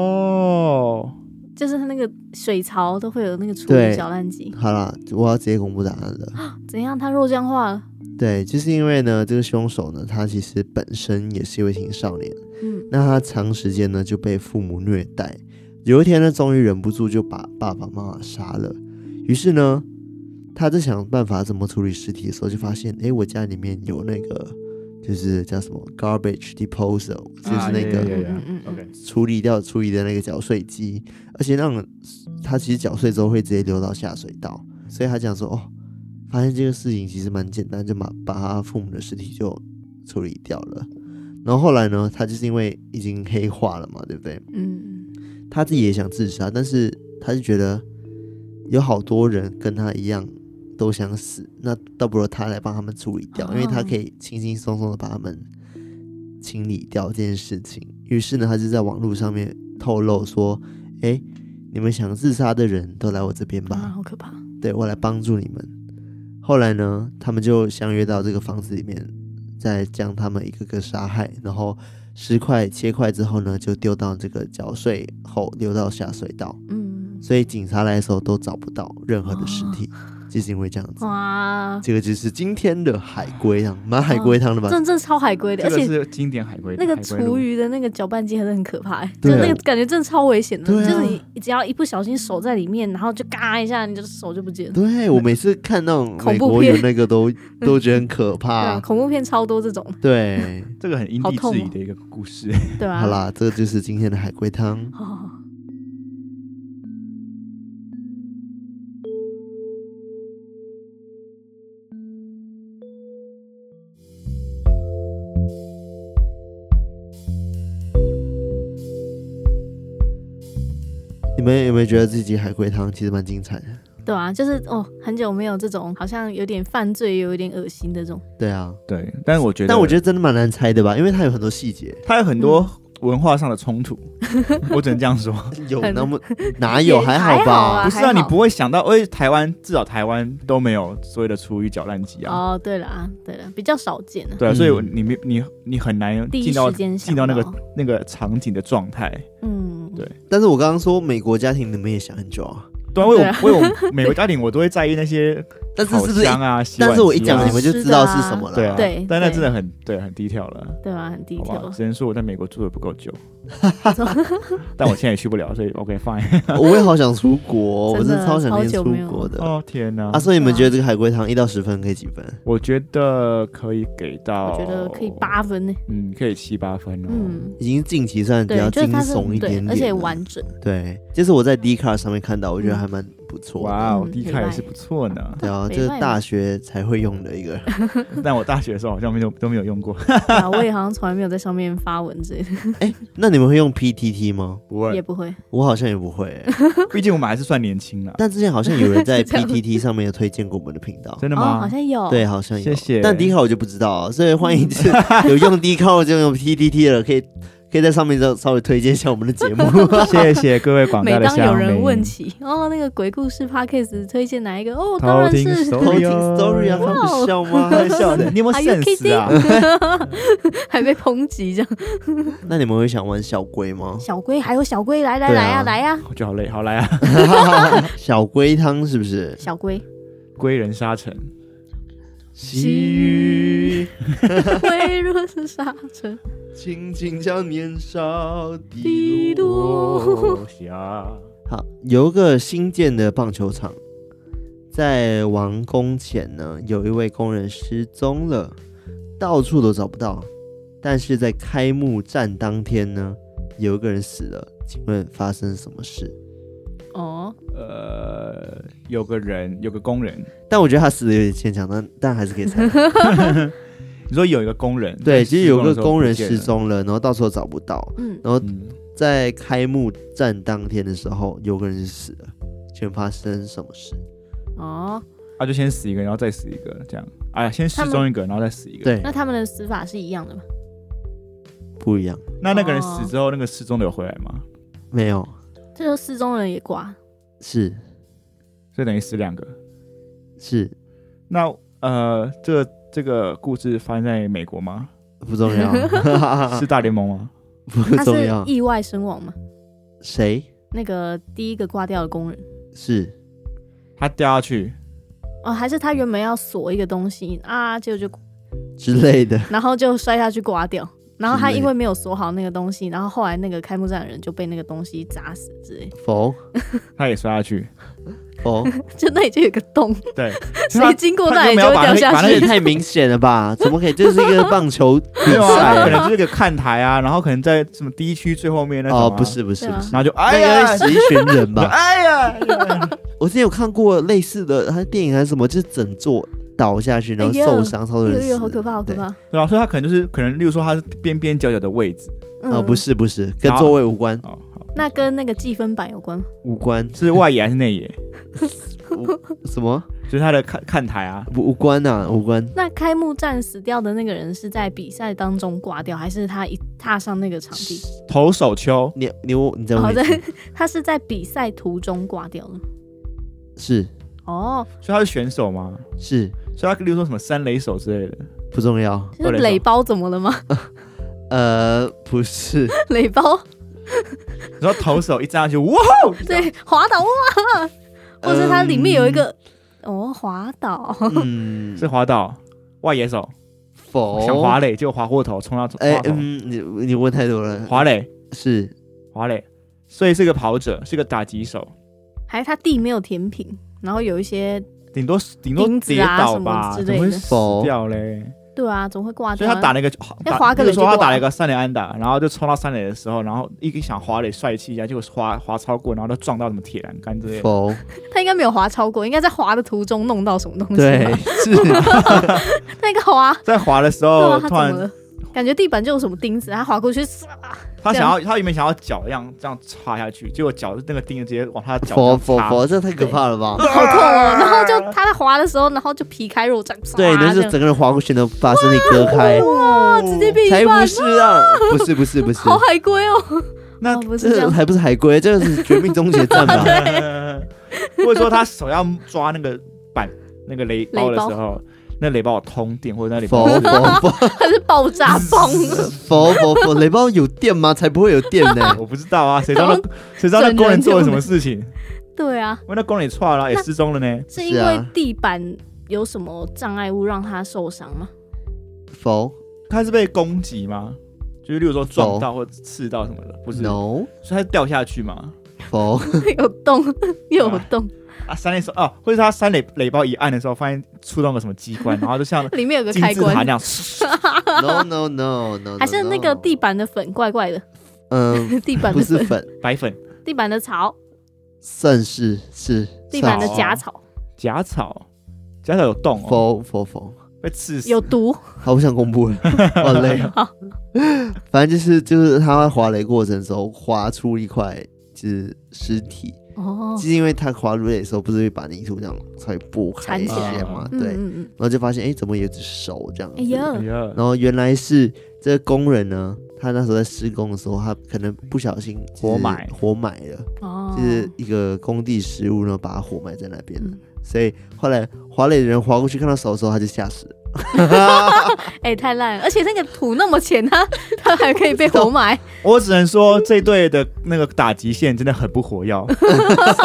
[SPEAKER 2] 哦，
[SPEAKER 3] 就是它那个水槽都会有那个厨
[SPEAKER 1] 对
[SPEAKER 3] 余搅烂机。
[SPEAKER 1] 好啦，我要直接公布答案了。
[SPEAKER 3] 怎样？它肉酱化了？
[SPEAKER 1] 对，就是因为呢，这个凶手呢，他其实本身也是一位青少年，
[SPEAKER 3] 嗯，
[SPEAKER 1] 那他长时间呢就被父母虐待，有一天呢，终于忍不住就把爸爸妈妈杀了。于是呢，他在想办法怎么处理尸体的时候，就发现，诶，我家里面有那个就是叫什么 garbage disposal，就是
[SPEAKER 2] 啊
[SPEAKER 1] 那
[SPEAKER 2] 呀
[SPEAKER 1] 个
[SPEAKER 2] 呀呀
[SPEAKER 3] 嗯嗯嗯
[SPEAKER 2] OK
[SPEAKER 1] 处理掉处理的那个搅碎机，而且让它其实搅碎之后会直接流到下水道，所以他讲说哦，发现这个事情其实蛮简单，就把把他父母的尸体就处理掉了。然后后来呢，他就是因为已经黑化了嘛，对不对？
[SPEAKER 3] 嗯，
[SPEAKER 1] 他自己也想自杀，但是他就觉得有好多人跟他一样都想死，那倒不如他来帮他们处理掉，因为他
[SPEAKER 3] 哦
[SPEAKER 1] 可以轻轻松松的把他们清理掉这件事情。于是呢，他就在网络上面透露说：“哎，你们想自杀的人都来我这边吧。
[SPEAKER 3] 啊，好可怕！
[SPEAKER 1] 对我来帮助你们。后来呢，他们就相约到这个房子里面，再将他们一个个杀害，然后尸块切块之后呢，就丢到这个绞碎后流到下水道，
[SPEAKER 3] 嗯，
[SPEAKER 1] 所以警察来的时候都找不到任何的尸体，
[SPEAKER 3] 哦
[SPEAKER 1] 就是因为这样子。
[SPEAKER 3] 哇，
[SPEAKER 1] 这个就是今天的海龟汤，蛮
[SPEAKER 3] 哦
[SPEAKER 1] 海龟汤的吧？
[SPEAKER 3] 真的真的超海龟的，
[SPEAKER 2] 这
[SPEAKER 3] 而
[SPEAKER 2] 个
[SPEAKER 3] 且
[SPEAKER 2] 是经典海龟。
[SPEAKER 3] 那个
[SPEAKER 2] 海龟
[SPEAKER 3] 厨
[SPEAKER 2] 炉
[SPEAKER 3] 余的那个搅拌机还是很可怕，欸就
[SPEAKER 1] 对啊
[SPEAKER 3] 那个感觉真的超危险的，
[SPEAKER 1] 对啊
[SPEAKER 3] 就是你只要一不小心手在里面，然后就嘎一下，你的手就不见了。
[SPEAKER 1] 对我每次看那种美
[SPEAKER 3] 恐怖
[SPEAKER 1] 国
[SPEAKER 3] 片
[SPEAKER 1] 有那个 都都觉得很可
[SPEAKER 3] 对啊，
[SPEAKER 1] 怕。
[SPEAKER 3] 恐怖片超多这种，
[SPEAKER 1] 对，
[SPEAKER 2] 这个很因
[SPEAKER 3] 好
[SPEAKER 2] 地
[SPEAKER 3] 痛
[SPEAKER 2] 制宜
[SPEAKER 3] 哦
[SPEAKER 2] 的一个故事。
[SPEAKER 3] 对啊。
[SPEAKER 1] 好，啦，这个就是今天的海龟汤。
[SPEAKER 3] 哦，
[SPEAKER 1] 你们有没有觉得自己海龟汤其实蛮精彩的？
[SPEAKER 3] 对啊，就是哦，很久没有这种好像有点犯罪又有点恶心的这种，
[SPEAKER 1] 对啊，
[SPEAKER 2] 对，但是我觉得，
[SPEAKER 1] 但我觉
[SPEAKER 2] 得
[SPEAKER 1] 得真的蛮难猜的吧，因为它有很多细节，
[SPEAKER 2] 它有很多文化上的冲 突，我只能这样说。
[SPEAKER 1] 有
[SPEAKER 3] 很
[SPEAKER 1] 那 么哪有
[SPEAKER 3] 也
[SPEAKER 1] 还
[SPEAKER 3] 还
[SPEAKER 1] 好
[SPEAKER 3] 好
[SPEAKER 1] 吧？
[SPEAKER 3] 啊
[SPEAKER 2] 不是啊，
[SPEAKER 3] 还好
[SPEAKER 2] 你不会想到，哎，台湾至少台湾都没有所谓的厨余搅烂机啊。
[SPEAKER 3] 哦，对了啊，对了，比较少见啊。
[SPEAKER 2] 对啊，
[SPEAKER 1] 嗯
[SPEAKER 2] 所以你没你你很难
[SPEAKER 3] 第
[SPEAKER 2] 进
[SPEAKER 3] 一
[SPEAKER 2] 到
[SPEAKER 3] 时间想
[SPEAKER 2] 进到那个那个场景的状态。
[SPEAKER 3] 嗯，
[SPEAKER 2] 对
[SPEAKER 1] 但是我刚刚说美国家庭，你们也想很久啊，
[SPEAKER 2] 对啊，为
[SPEAKER 3] 对啊
[SPEAKER 2] 我为我每个家庭我都会在意那些
[SPEAKER 1] 但是
[SPEAKER 2] 烤
[SPEAKER 1] 是不是一？
[SPEAKER 2] 箱啊、洗碗
[SPEAKER 1] 但是我一讲
[SPEAKER 2] 机啊
[SPEAKER 1] 你们就知道是什么了。
[SPEAKER 2] 对啊，
[SPEAKER 3] 对
[SPEAKER 2] 但那
[SPEAKER 3] 对
[SPEAKER 2] 真的很对，很低调了。
[SPEAKER 3] 对吧？很低
[SPEAKER 2] 好
[SPEAKER 3] 调
[SPEAKER 2] 吧，。只能说我在美国住的不够 久，但我现在也去不了，所以 OK fine。
[SPEAKER 1] 我也好想出 国，哦我
[SPEAKER 3] 真
[SPEAKER 1] 真
[SPEAKER 3] 的
[SPEAKER 1] 的超想念出
[SPEAKER 3] 好久没有
[SPEAKER 1] 国的。
[SPEAKER 2] 哦天哪
[SPEAKER 1] 啊，！所以你们觉得这个海龟汤一到十分可以几分？
[SPEAKER 2] 我觉得可以给到，
[SPEAKER 3] 我觉得可以，八分呢。
[SPEAKER 2] 嗯，可以七八分哦。
[SPEAKER 3] 嗯，
[SPEAKER 1] 已经近期算比
[SPEAKER 3] 对
[SPEAKER 1] 较，
[SPEAKER 3] 就
[SPEAKER 1] 惊
[SPEAKER 3] 是它是
[SPEAKER 1] 悚一
[SPEAKER 3] 对
[SPEAKER 1] 点点，
[SPEAKER 3] 而且。完整。
[SPEAKER 1] 对，这是我在 d c a r 上面看到，我觉得还蛮不错的。。
[SPEAKER 2] 哇哦，
[SPEAKER 3] 嗯
[SPEAKER 2] 低
[SPEAKER 3] 没
[SPEAKER 2] 卡也
[SPEAKER 3] 卖
[SPEAKER 2] 是不错呢
[SPEAKER 1] 对啊，
[SPEAKER 3] 北
[SPEAKER 1] 这是
[SPEAKER 3] 外
[SPEAKER 1] 大
[SPEAKER 3] 嘛
[SPEAKER 1] 学才会用的一个
[SPEAKER 2] 但我大学的时候好像没有都没有用过，
[SPEAKER 3] 对啊，我也好像从来没有在上面发文之类的，
[SPEAKER 1] 那你们会用 PTT 吗？
[SPEAKER 2] 不
[SPEAKER 3] 也
[SPEAKER 2] 会，
[SPEAKER 3] 不会。
[SPEAKER 1] 我好像也不会欸、
[SPEAKER 2] 毕竟我们还是算年轻了。
[SPEAKER 1] 但之前好像有人在
[SPEAKER 3] 是这样
[SPEAKER 1] PTT 上面有推荐过我们的频道。
[SPEAKER 2] 真的
[SPEAKER 3] 哦，
[SPEAKER 2] 吗
[SPEAKER 3] 好？像有。
[SPEAKER 1] 对，，好像有，
[SPEAKER 2] 谢谢
[SPEAKER 1] 但 D 卡我就不知道啊，所以欢迎就是 有用 D 卡就用 PTT 了，可以可以在上面稍稍微推荐一下我们的节 目。
[SPEAKER 2] 谢谢各位广
[SPEAKER 3] 每
[SPEAKER 2] 啊大的
[SPEAKER 3] 当有
[SPEAKER 2] 乡
[SPEAKER 3] 人
[SPEAKER 2] 民。
[SPEAKER 3] 问起哦，那个鬼故事 podcast 推荐哪一个？哦，当
[SPEAKER 2] 偷
[SPEAKER 3] 然
[SPEAKER 2] 听
[SPEAKER 3] 是
[SPEAKER 2] story
[SPEAKER 1] 偷听 story 啊，
[SPEAKER 3] 哇
[SPEAKER 1] 他们
[SPEAKER 3] 哦
[SPEAKER 1] 笑吗？ 还笑的。
[SPEAKER 2] 你有没有
[SPEAKER 3] Are you
[SPEAKER 2] sense 啊？
[SPEAKER 3] 还被抨击这样。？
[SPEAKER 1] 那你们会想玩小龟吗
[SPEAKER 3] 小龟还有小龟，来来
[SPEAKER 1] 对啊
[SPEAKER 3] 来啊来啊，
[SPEAKER 2] 我觉得好累，好来啊！
[SPEAKER 1] 小龟汤是不是？
[SPEAKER 3] 小 龟，
[SPEAKER 2] 归人沙城，
[SPEAKER 1] 细
[SPEAKER 2] 雨
[SPEAKER 3] 龟若是沙尘，
[SPEAKER 1] 轻轻敲年少
[SPEAKER 3] 滴
[SPEAKER 1] 的
[SPEAKER 3] 落
[SPEAKER 1] 落。
[SPEAKER 2] 下。啊
[SPEAKER 1] 好，有一个新建的棒球场，在完工前呢，有一位工人失踪了，到处都找不到。但是在开幕战当天呢，有一个人死了。请问发生什么事？
[SPEAKER 3] 哦，
[SPEAKER 2] 呃，有个人，有个工人，
[SPEAKER 1] 但我觉得他死的有点牵强，但但还是可以 猜。
[SPEAKER 2] 你说有一个工人，
[SPEAKER 1] 对，其实有个工人
[SPEAKER 2] 失
[SPEAKER 1] 失
[SPEAKER 2] 踪
[SPEAKER 1] 踪了，然后到处都找不到。
[SPEAKER 3] 嗯，
[SPEAKER 1] 然后
[SPEAKER 2] 的时候不见了，嗯
[SPEAKER 1] 在开幕战当天的时候，有个人是死了。请问发生什么事？
[SPEAKER 3] 哦，
[SPEAKER 2] 他啊就先死一个，然后再死一个，这样，哎呀，先失踪一个，然后再死一个。，
[SPEAKER 1] 对，
[SPEAKER 3] 那他们的死法是一样的吗？
[SPEAKER 1] 不一样，
[SPEAKER 2] 那那个人死之后，那个失踪的有回来吗？
[SPEAKER 1] 没有，
[SPEAKER 3] 这时候失踪人也挂，
[SPEAKER 1] 是
[SPEAKER 2] 所以等于死两个。
[SPEAKER 1] 哦是
[SPEAKER 2] 那呃，这这个故事发生在美国吗？
[SPEAKER 1] 不重要， 啊
[SPEAKER 2] 是大联盟吗？
[SPEAKER 1] 不
[SPEAKER 3] 他
[SPEAKER 1] 重
[SPEAKER 3] 是
[SPEAKER 1] 要。
[SPEAKER 3] 意外身亡吗？
[SPEAKER 1] 谁
[SPEAKER 3] 那个第一个挂掉的工人，
[SPEAKER 1] 是？
[SPEAKER 2] 他掉下去，
[SPEAKER 3] 哦，还是他原本要锁一个东西啊，结果就
[SPEAKER 1] 之类的，
[SPEAKER 3] 然后就摔下去挂掉。然后他
[SPEAKER 1] 之类的
[SPEAKER 3] 因为没有锁好那个东西，然后后来那个开幕战的人就被那个东西砸死之类，
[SPEAKER 1] 否
[SPEAKER 2] 他也摔下去，
[SPEAKER 1] 否，
[SPEAKER 3] 就那里就有个洞，
[SPEAKER 2] 对，
[SPEAKER 3] 谁经过那
[SPEAKER 2] 他
[SPEAKER 3] 里
[SPEAKER 2] 就没
[SPEAKER 3] 就会
[SPEAKER 2] 有把
[SPEAKER 3] 掉
[SPEAKER 2] 那个把
[SPEAKER 3] 下
[SPEAKER 1] 那
[SPEAKER 2] 那
[SPEAKER 3] 去。
[SPEAKER 1] 也太明显了吧？怎么可以？这是一个棒球比
[SPEAKER 2] 没有啊，他
[SPEAKER 1] 赛
[SPEAKER 2] 可能就是个看台啊，然后可能在什么第一区最后面那种啊
[SPEAKER 1] 哦，不，是不是
[SPEAKER 3] 对啊
[SPEAKER 1] 不是，
[SPEAKER 2] 然后就哎
[SPEAKER 1] 那应
[SPEAKER 2] 呀
[SPEAKER 1] 该，是一群人吧？
[SPEAKER 2] 哎呀，
[SPEAKER 1] 我之前有看过类似的，他电影还是什么，就是整座倒下去，然后
[SPEAKER 3] 哎呀
[SPEAKER 1] 受伤，超多
[SPEAKER 3] 有
[SPEAKER 1] 人死
[SPEAKER 3] 有，好可怕，好可
[SPEAKER 1] 对哦
[SPEAKER 3] 怕！
[SPEAKER 2] 对啊，所以他可能就是可能，例如说他是边边角角的位置
[SPEAKER 3] 嗯，
[SPEAKER 1] 啊，不，是不是，跟
[SPEAKER 2] 好
[SPEAKER 1] 座位无关，
[SPEAKER 2] 哦，好，
[SPEAKER 3] 那跟那个计分板有关吗？
[SPEAKER 1] 无关，
[SPEAKER 2] 是外野还是内野？
[SPEAKER 1] 无什么
[SPEAKER 2] 就是他的看看台啊，
[SPEAKER 1] 无无关呐，无关。
[SPEAKER 3] 那开幕战死掉的那个人是在比赛当中挂掉，还是他一踏上那个场地？
[SPEAKER 2] 投手丘，
[SPEAKER 1] 你你我你再
[SPEAKER 3] 哦，
[SPEAKER 1] 问一次，
[SPEAKER 3] 对，他是在比赛途中挂掉的。
[SPEAKER 1] 是
[SPEAKER 3] 哦，
[SPEAKER 2] 所以他是选手吗？
[SPEAKER 1] 是
[SPEAKER 2] 所以他例如说什么三垒手之类的，
[SPEAKER 1] 不重要，
[SPEAKER 3] 是垒包怎么了吗？
[SPEAKER 1] 呃，不是，
[SPEAKER 3] 垒包
[SPEAKER 2] 然后投手一站下去，哇，
[SPEAKER 3] 对滑倒哇，
[SPEAKER 2] 嗯
[SPEAKER 3] 或者它里面有一个、哦滑倒，
[SPEAKER 1] 嗯，
[SPEAKER 2] 是滑倒，外野手
[SPEAKER 1] 否
[SPEAKER 2] 想滑垒就滑过头，冲到
[SPEAKER 1] 哦哎
[SPEAKER 2] 滑，头，
[SPEAKER 1] 嗯，你你问太多了，
[SPEAKER 2] 滑垒
[SPEAKER 1] 是
[SPEAKER 2] 滑垒，所以是个跑者，是个打击手，
[SPEAKER 3] 还是它地没有填平，然后有一些
[SPEAKER 2] 顶多顶多
[SPEAKER 3] 钉子
[SPEAKER 2] 跌
[SPEAKER 3] 啊
[SPEAKER 2] 倒吧，
[SPEAKER 3] 什么之
[SPEAKER 2] 怎
[SPEAKER 3] 类的
[SPEAKER 2] 么会死
[SPEAKER 1] 否
[SPEAKER 2] 掉嘞？
[SPEAKER 3] 对啊，总会挂掉
[SPEAKER 2] 所以
[SPEAKER 3] 啊。
[SPEAKER 2] 他打了一个，
[SPEAKER 3] 要
[SPEAKER 2] 打
[SPEAKER 3] 滑个垒
[SPEAKER 2] 比如说他
[SPEAKER 3] 就过啊
[SPEAKER 2] 打了一个三垒安打，然后就冲到三垒的时候，然后一个想滑垒帅气一下，结果滑滑超过，然后就撞到什么铁栏杆之 类的。
[SPEAKER 1] 否，
[SPEAKER 3] 他应该没有滑超过，应该在滑的途中弄到什么东西。
[SPEAKER 1] 对，，哎是
[SPEAKER 3] 那个滑，
[SPEAKER 2] 在滑的时
[SPEAKER 3] 对
[SPEAKER 2] 候
[SPEAKER 3] 啊，，他
[SPEAKER 2] 哦突
[SPEAKER 3] 怎么
[SPEAKER 2] 然
[SPEAKER 3] 了？感觉地板就有什么钉子，他滑过去，唰
[SPEAKER 2] 他想要，他原本想要脚这样这样插下去，结果脚那个钉子直接往他的脚
[SPEAKER 1] 否
[SPEAKER 2] 上
[SPEAKER 1] 否
[SPEAKER 2] 插。
[SPEAKER 1] 否，这太可怕了吧？
[SPEAKER 3] 好痛
[SPEAKER 2] 啊
[SPEAKER 3] 哦！然后就他在滑的时候，然后就皮开肉绽，唰
[SPEAKER 1] 对，那
[SPEAKER 3] 这
[SPEAKER 1] 是
[SPEAKER 3] 样
[SPEAKER 1] 整个人滑过去，能把身体割开，
[SPEAKER 3] 哇，直接变
[SPEAKER 1] 才
[SPEAKER 3] 一半
[SPEAKER 1] 不，是啊！ 不是不是不是，
[SPEAKER 3] 好海龟哦！
[SPEAKER 2] 那
[SPEAKER 3] 哦不是这
[SPEAKER 1] 这
[SPEAKER 3] 样，
[SPEAKER 1] 还不是海龟，这个是《绝命终结战》啊 吧？
[SPEAKER 2] 或者说他手要抓那个板那个雷包的时候，那雷包有通电或者那雷包
[SPEAKER 1] 否
[SPEAKER 2] 是
[SPEAKER 1] 否否
[SPEAKER 3] 它是爆炸崩，
[SPEAKER 1] 否否否，雷包有电吗？才不会有电呢！
[SPEAKER 2] 我不知道啊，谁知道那谁知道那
[SPEAKER 3] 整人
[SPEAKER 2] 工人做了什么事情？
[SPEAKER 3] 对啊，
[SPEAKER 2] 因为那工人也错了，也失踪了呢。
[SPEAKER 3] 是
[SPEAKER 1] 是
[SPEAKER 3] 因为
[SPEAKER 1] 啊
[SPEAKER 3] 地板有什么障碍物让他受伤 吗？
[SPEAKER 1] 否
[SPEAKER 2] 他是被攻击吗？就是例如说撞到或刺到什么的，不是
[SPEAKER 1] ，no，
[SPEAKER 2] 所以他掉下去嘛？
[SPEAKER 1] 否，
[SPEAKER 3] 有 洞，又有洞，
[SPEAKER 2] 啊，三垒手啊，或者是他三垒垒包一按的时候，发现触动了什么机 关，然后就像
[SPEAKER 3] 里面有个
[SPEAKER 2] 金
[SPEAKER 3] 开
[SPEAKER 2] 字塔
[SPEAKER 3] 关
[SPEAKER 2] 那，样，
[SPEAKER 1] no no no no，
[SPEAKER 3] 还是那个地，板的粉怪怪的，
[SPEAKER 1] 嗯，
[SPEAKER 3] 地板
[SPEAKER 1] 不
[SPEAKER 3] 的
[SPEAKER 1] 是
[SPEAKER 3] 粉，
[SPEAKER 1] 粉，
[SPEAKER 2] 白粉
[SPEAKER 3] 地板的草，
[SPEAKER 1] 算是是
[SPEAKER 3] 地板的
[SPEAKER 1] 算是
[SPEAKER 3] 假草
[SPEAKER 2] 假草，假草有洞哦，
[SPEAKER 1] 否否否，
[SPEAKER 2] 被刺死。
[SPEAKER 3] 有毒，
[SPEAKER 1] 好不想公 布了，好累啊
[SPEAKER 3] 好。
[SPEAKER 1] 反正就是就是他滑雷过程的时候滑出一块就是尸体，
[SPEAKER 3] 哦，
[SPEAKER 1] 就是因为他滑入垒的时候不是会把泥土这样才拨开一
[SPEAKER 3] 缠
[SPEAKER 2] 起来
[SPEAKER 1] 些嘛，
[SPEAKER 3] 嗯
[SPEAKER 1] 对，然
[SPEAKER 3] 嗯嗯，
[SPEAKER 1] 后就发现哎、诶怎么有只手这样子
[SPEAKER 3] 哎，呀
[SPEAKER 2] 哎，呀，
[SPEAKER 1] 然后原来是这个工人呢，他那时候在施工的时候，他可能不小心就是
[SPEAKER 2] 活埋
[SPEAKER 1] 活埋了，
[SPEAKER 3] 哦，
[SPEAKER 1] 就是一个工地失误呢，把他活埋在那边了
[SPEAKER 3] 嗯。
[SPEAKER 1] 所以后来滑垒的人滑过去看到手的时候，他就吓死了。
[SPEAKER 3] 哎，太烂了，而且那个土那么浅，它它还可 以被活埋，
[SPEAKER 2] 我只能说 这队的那个打击线真的很不活跃，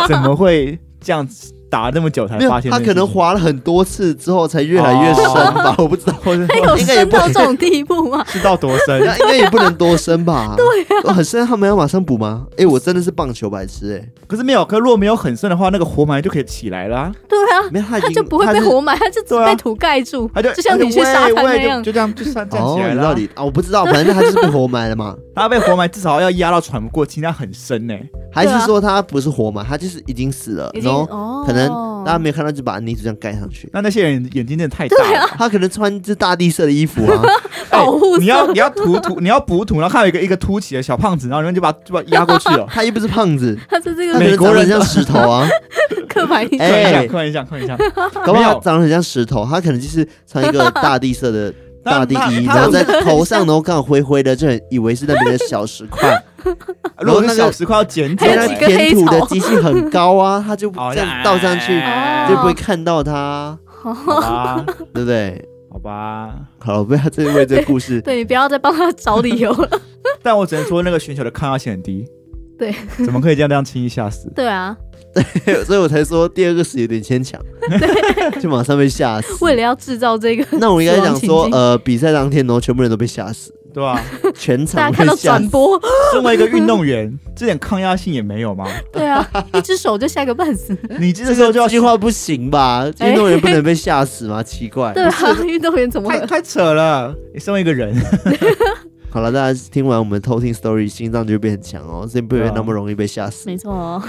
[SPEAKER 2] 怎么会这样子打那么久才
[SPEAKER 1] 没有
[SPEAKER 2] 发，现
[SPEAKER 1] 他
[SPEAKER 2] 这件事情，
[SPEAKER 1] 可能滑了很多次之后才越来越深吧，
[SPEAKER 3] 哦
[SPEAKER 1] 我不知道，
[SPEAKER 2] 或者
[SPEAKER 3] 他
[SPEAKER 2] 说
[SPEAKER 3] 有
[SPEAKER 1] 应该也
[SPEAKER 3] 深
[SPEAKER 1] 不
[SPEAKER 3] 到这种地步吗？
[SPEAKER 2] 知道多深
[SPEAKER 1] 应，该应该也不能多深吧？对啊，很深，他们要马上补吗？哎，我真的是棒球白痴哎、
[SPEAKER 2] 可是没有，可如果没有很深的话，那个活埋就可以起来 啦、
[SPEAKER 3] 对啊，
[SPEAKER 1] 没有，他已
[SPEAKER 3] 他
[SPEAKER 1] 经
[SPEAKER 3] 就不会被活埋，他就只
[SPEAKER 2] 对啊
[SPEAKER 3] 被土盖住，
[SPEAKER 2] 他就
[SPEAKER 3] 就像你去
[SPEAKER 2] 他就
[SPEAKER 3] 沙滩
[SPEAKER 2] 喂喂
[SPEAKER 3] 那样
[SPEAKER 2] 就就这样就站站
[SPEAKER 1] 哦
[SPEAKER 2] 起，来
[SPEAKER 1] 有
[SPEAKER 2] 了。
[SPEAKER 1] 道理啊，我不知道，反正他就是被活埋了 嘛。
[SPEAKER 2] 他被活埋至少要压到喘不过气，那很深呢、
[SPEAKER 1] 还是说他不是活埋，他就是已经死了，
[SPEAKER 3] 已经
[SPEAKER 1] 然后
[SPEAKER 3] 哦，
[SPEAKER 1] 可能大家没有看到就把泥土这样盖上去。
[SPEAKER 2] 那那些人眼睛真的太大了。
[SPEAKER 1] 他可能穿这大地色的衣服啊，。
[SPEAKER 2] 哎
[SPEAKER 3] 保啊护色
[SPEAKER 2] 你要你要涂涂，你要补土，然后看到一个一个凸起的小胖子，然后你们就把就把他压过去 了
[SPEAKER 1] 他又不是胖子，
[SPEAKER 3] 他是
[SPEAKER 1] 他
[SPEAKER 3] 这
[SPEAKER 1] 可
[SPEAKER 3] 个
[SPEAKER 1] 能
[SPEAKER 2] 美国人
[SPEAKER 1] 长得很像石头啊，
[SPEAKER 3] 刻板印象。
[SPEAKER 1] 哎
[SPEAKER 2] 看一下，看一下，看一下。
[SPEAKER 1] 搞不
[SPEAKER 2] 没
[SPEAKER 1] 好他
[SPEAKER 2] 有
[SPEAKER 1] 长得很像石头，他可能就是穿一个大地色 的
[SPEAKER 2] 那
[SPEAKER 1] 大地衣，
[SPEAKER 2] 那
[SPEAKER 1] 然后在头上然后刚好灰灰的，就很以为是那边的小石 块，
[SPEAKER 2] 如
[SPEAKER 1] 然
[SPEAKER 2] 果
[SPEAKER 1] 后那
[SPEAKER 2] 是
[SPEAKER 1] 个
[SPEAKER 2] 小石块要捡起
[SPEAKER 3] 还有
[SPEAKER 1] 原
[SPEAKER 2] 来
[SPEAKER 3] 几
[SPEAKER 1] 来，
[SPEAKER 3] 个黑
[SPEAKER 1] 填土的
[SPEAKER 3] 草
[SPEAKER 1] 机器很高啊，他就
[SPEAKER 2] 哦
[SPEAKER 1] 这样倒上去啊
[SPEAKER 3] 哎
[SPEAKER 1] 就不会看到他，
[SPEAKER 2] 好吧，
[SPEAKER 1] 对不对？
[SPEAKER 2] 好吧。
[SPEAKER 1] 好了，不要再为这个故 事
[SPEAKER 3] 对你不要再帮他找理由了。
[SPEAKER 2] 但我只能说，那个选手的抗压性很低。
[SPEAKER 3] 对，
[SPEAKER 2] 怎么可以这样这样轻易吓死？
[SPEAKER 3] 对啊，
[SPEAKER 1] 所以我才说第二个是有点牵强，就马上被吓死。
[SPEAKER 3] 为了要制造这个，
[SPEAKER 1] 那我应该讲
[SPEAKER 3] 死亡
[SPEAKER 1] 说
[SPEAKER 3] 情，境
[SPEAKER 1] 呃，比赛当天，然后全部人都被吓 死，
[SPEAKER 2] 对吧、
[SPEAKER 1] 全场
[SPEAKER 3] 大家
[SPEAKER 1] 被
[SPEAKER 3] 看到
[SPEAKER 1] 吓
[SPEAKER 3] 转
[SPEAKER 1] 死。
[SPEAKER 3] 播，
[SPEAKER 2] 身为一个运动 员，这点抗压性也没有吗？
[SPEAKER 3] 对啊，一只手就吓个半死。
[SPEAKER 2] 你这
[SPEAKER 1] 这
[SPEAKER 2] 时候
[SPEAKER 1] 个
[SPEAKER 2] 就要
[SPEAKER 1] 计划不行吧？
[SPEAKER 3] 哎
[SPEAKER 1] 运动员不能被吓死吗？奇怪。
[SPEAKER 3] 对啊，运动员怎么
[SPEAKER 2] 太
[SPEAKER 3] 了？
[SPEAKER 2] 太扯了。你身为一个人，
[SPEAKER 1] 好了，大家听完我们偷听 story，心脏就会变很强哦，所以不会
[SPEAKER 2] 对啊
[SPEAKER 1] 那么容易被吓死。
[SPEAKER 3] 没错哦，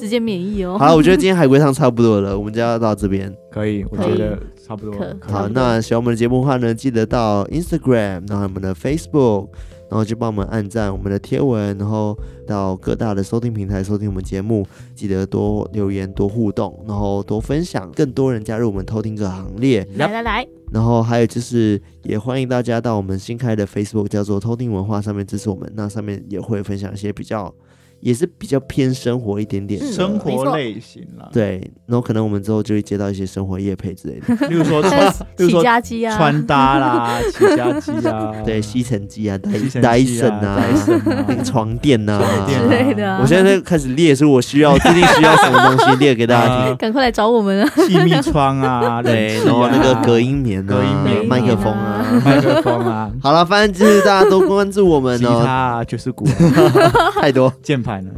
[SPEAKER 3] 直接免疫哦
[SPEAKER 1] 好。了，我觉得今天海龟汤差不多了，我们就要到这边。
[SPEAKER 2] 可以，我
[SPEAKER 3] 可以
[SPEAKER 2] 觉得差不多
[SPEAKER 3] 可
[SPEAKER 2] 了。可以
[SPEAKER 1] 好，
[SPEAKER 3] 差不多
[SPEAKER 1] 那喜欢我们的节目的话呢，记得到 Instagram，然后我们的 Facebook，然后去帮我们按赞我们的贴文，然后到各大的收听平台收听我们节目，记得多留言、多互动，然后多分享，更多人加入我们偷听者行列。
[SPEAKER 3] 来来来，
[SPEAKER 1] 然后还有就是，也欢迎大家到我们新开的 Facebook 叫做“偷听文化”上面支持我们，那上面也会分享一些比较，也是比较偏生活一点点的
[SPEAKER 3] 嗯
[SPEAKER 2] 生
[SPEAKER 3] 没
[SPEAKER 2] 活
[SPEAKER 3] 错
[SPEAKER 2] 类型啦，
[SPEAKER 1] 对，然后可能我们之后就会接到一些生活业配之 类的，
[SPEAKER 2] 例如说
[SPEAKER 3] 还有
[SPEAKER 2] 穿，例如
[SPEAKER 3] 起
[SPEAKER 2] 说
[SPEAKER 3] 家机啊，
[SPEAKER 2] 穿搭啦、起家机啊，
[SPEAKER 1] 对，吸尘机啊、戴
[SPEAKER 2] 吸尘
[SPEAKER 1] 戴
[SPEAKER 2] 器
[SPEAKER 1] 森
[SPEAKER 2] 啊、戴
[SPEAKER 1] 啊、
[SPEAKER 2] 森啊
[SPEAKER 1] 那个 床垫呐、
[SPEAKER 2] 床垫
[SPEAKER 3] 之类的啊。
[SPEAKER 1] 我现在在开始列出我需要最近需要什么东西，列给大家听。
[SPEAKER 2] 啊
[SPEAKER 3] 赶快来找我们啊！
[SPEAKER 2] 气密窗啊，
[SPEAKER 1] 对，
[SPEAKER 2] 冷气
[SPEAKER 1] 然后
[SPEAKER 2] 啊
[SPEAKER 1] 那个隔音棉
[SPEAKER 2] 隔音
[SPEAKER 1] 啊、
[SPEAKER 2] 棉
[SPEAKER 1] 麦克
[SPEAKER 2] 啊
[SPEAKER 1] 风啊。
[SPEAKER 2] 麦克风 啊，
[SPEAKER 1] 好了，反正就是大家都关注我们
[SPEAKER 2] 吉他
[SPEAKER 1] 哦，
[SPEAKER 2] 啊、爵士鼓啊、
[SPEAKER 1] 太多。
[SPEAKER 2] 键盘啊。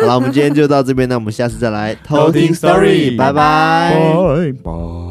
[SPEAKER 1] 好了，我们今天就到这边，那我们下次再来
[SPEAKER 2] 偷听 story，
[SPEAKER 1] 拜拜。
[SPEAKER 2] 拜拜。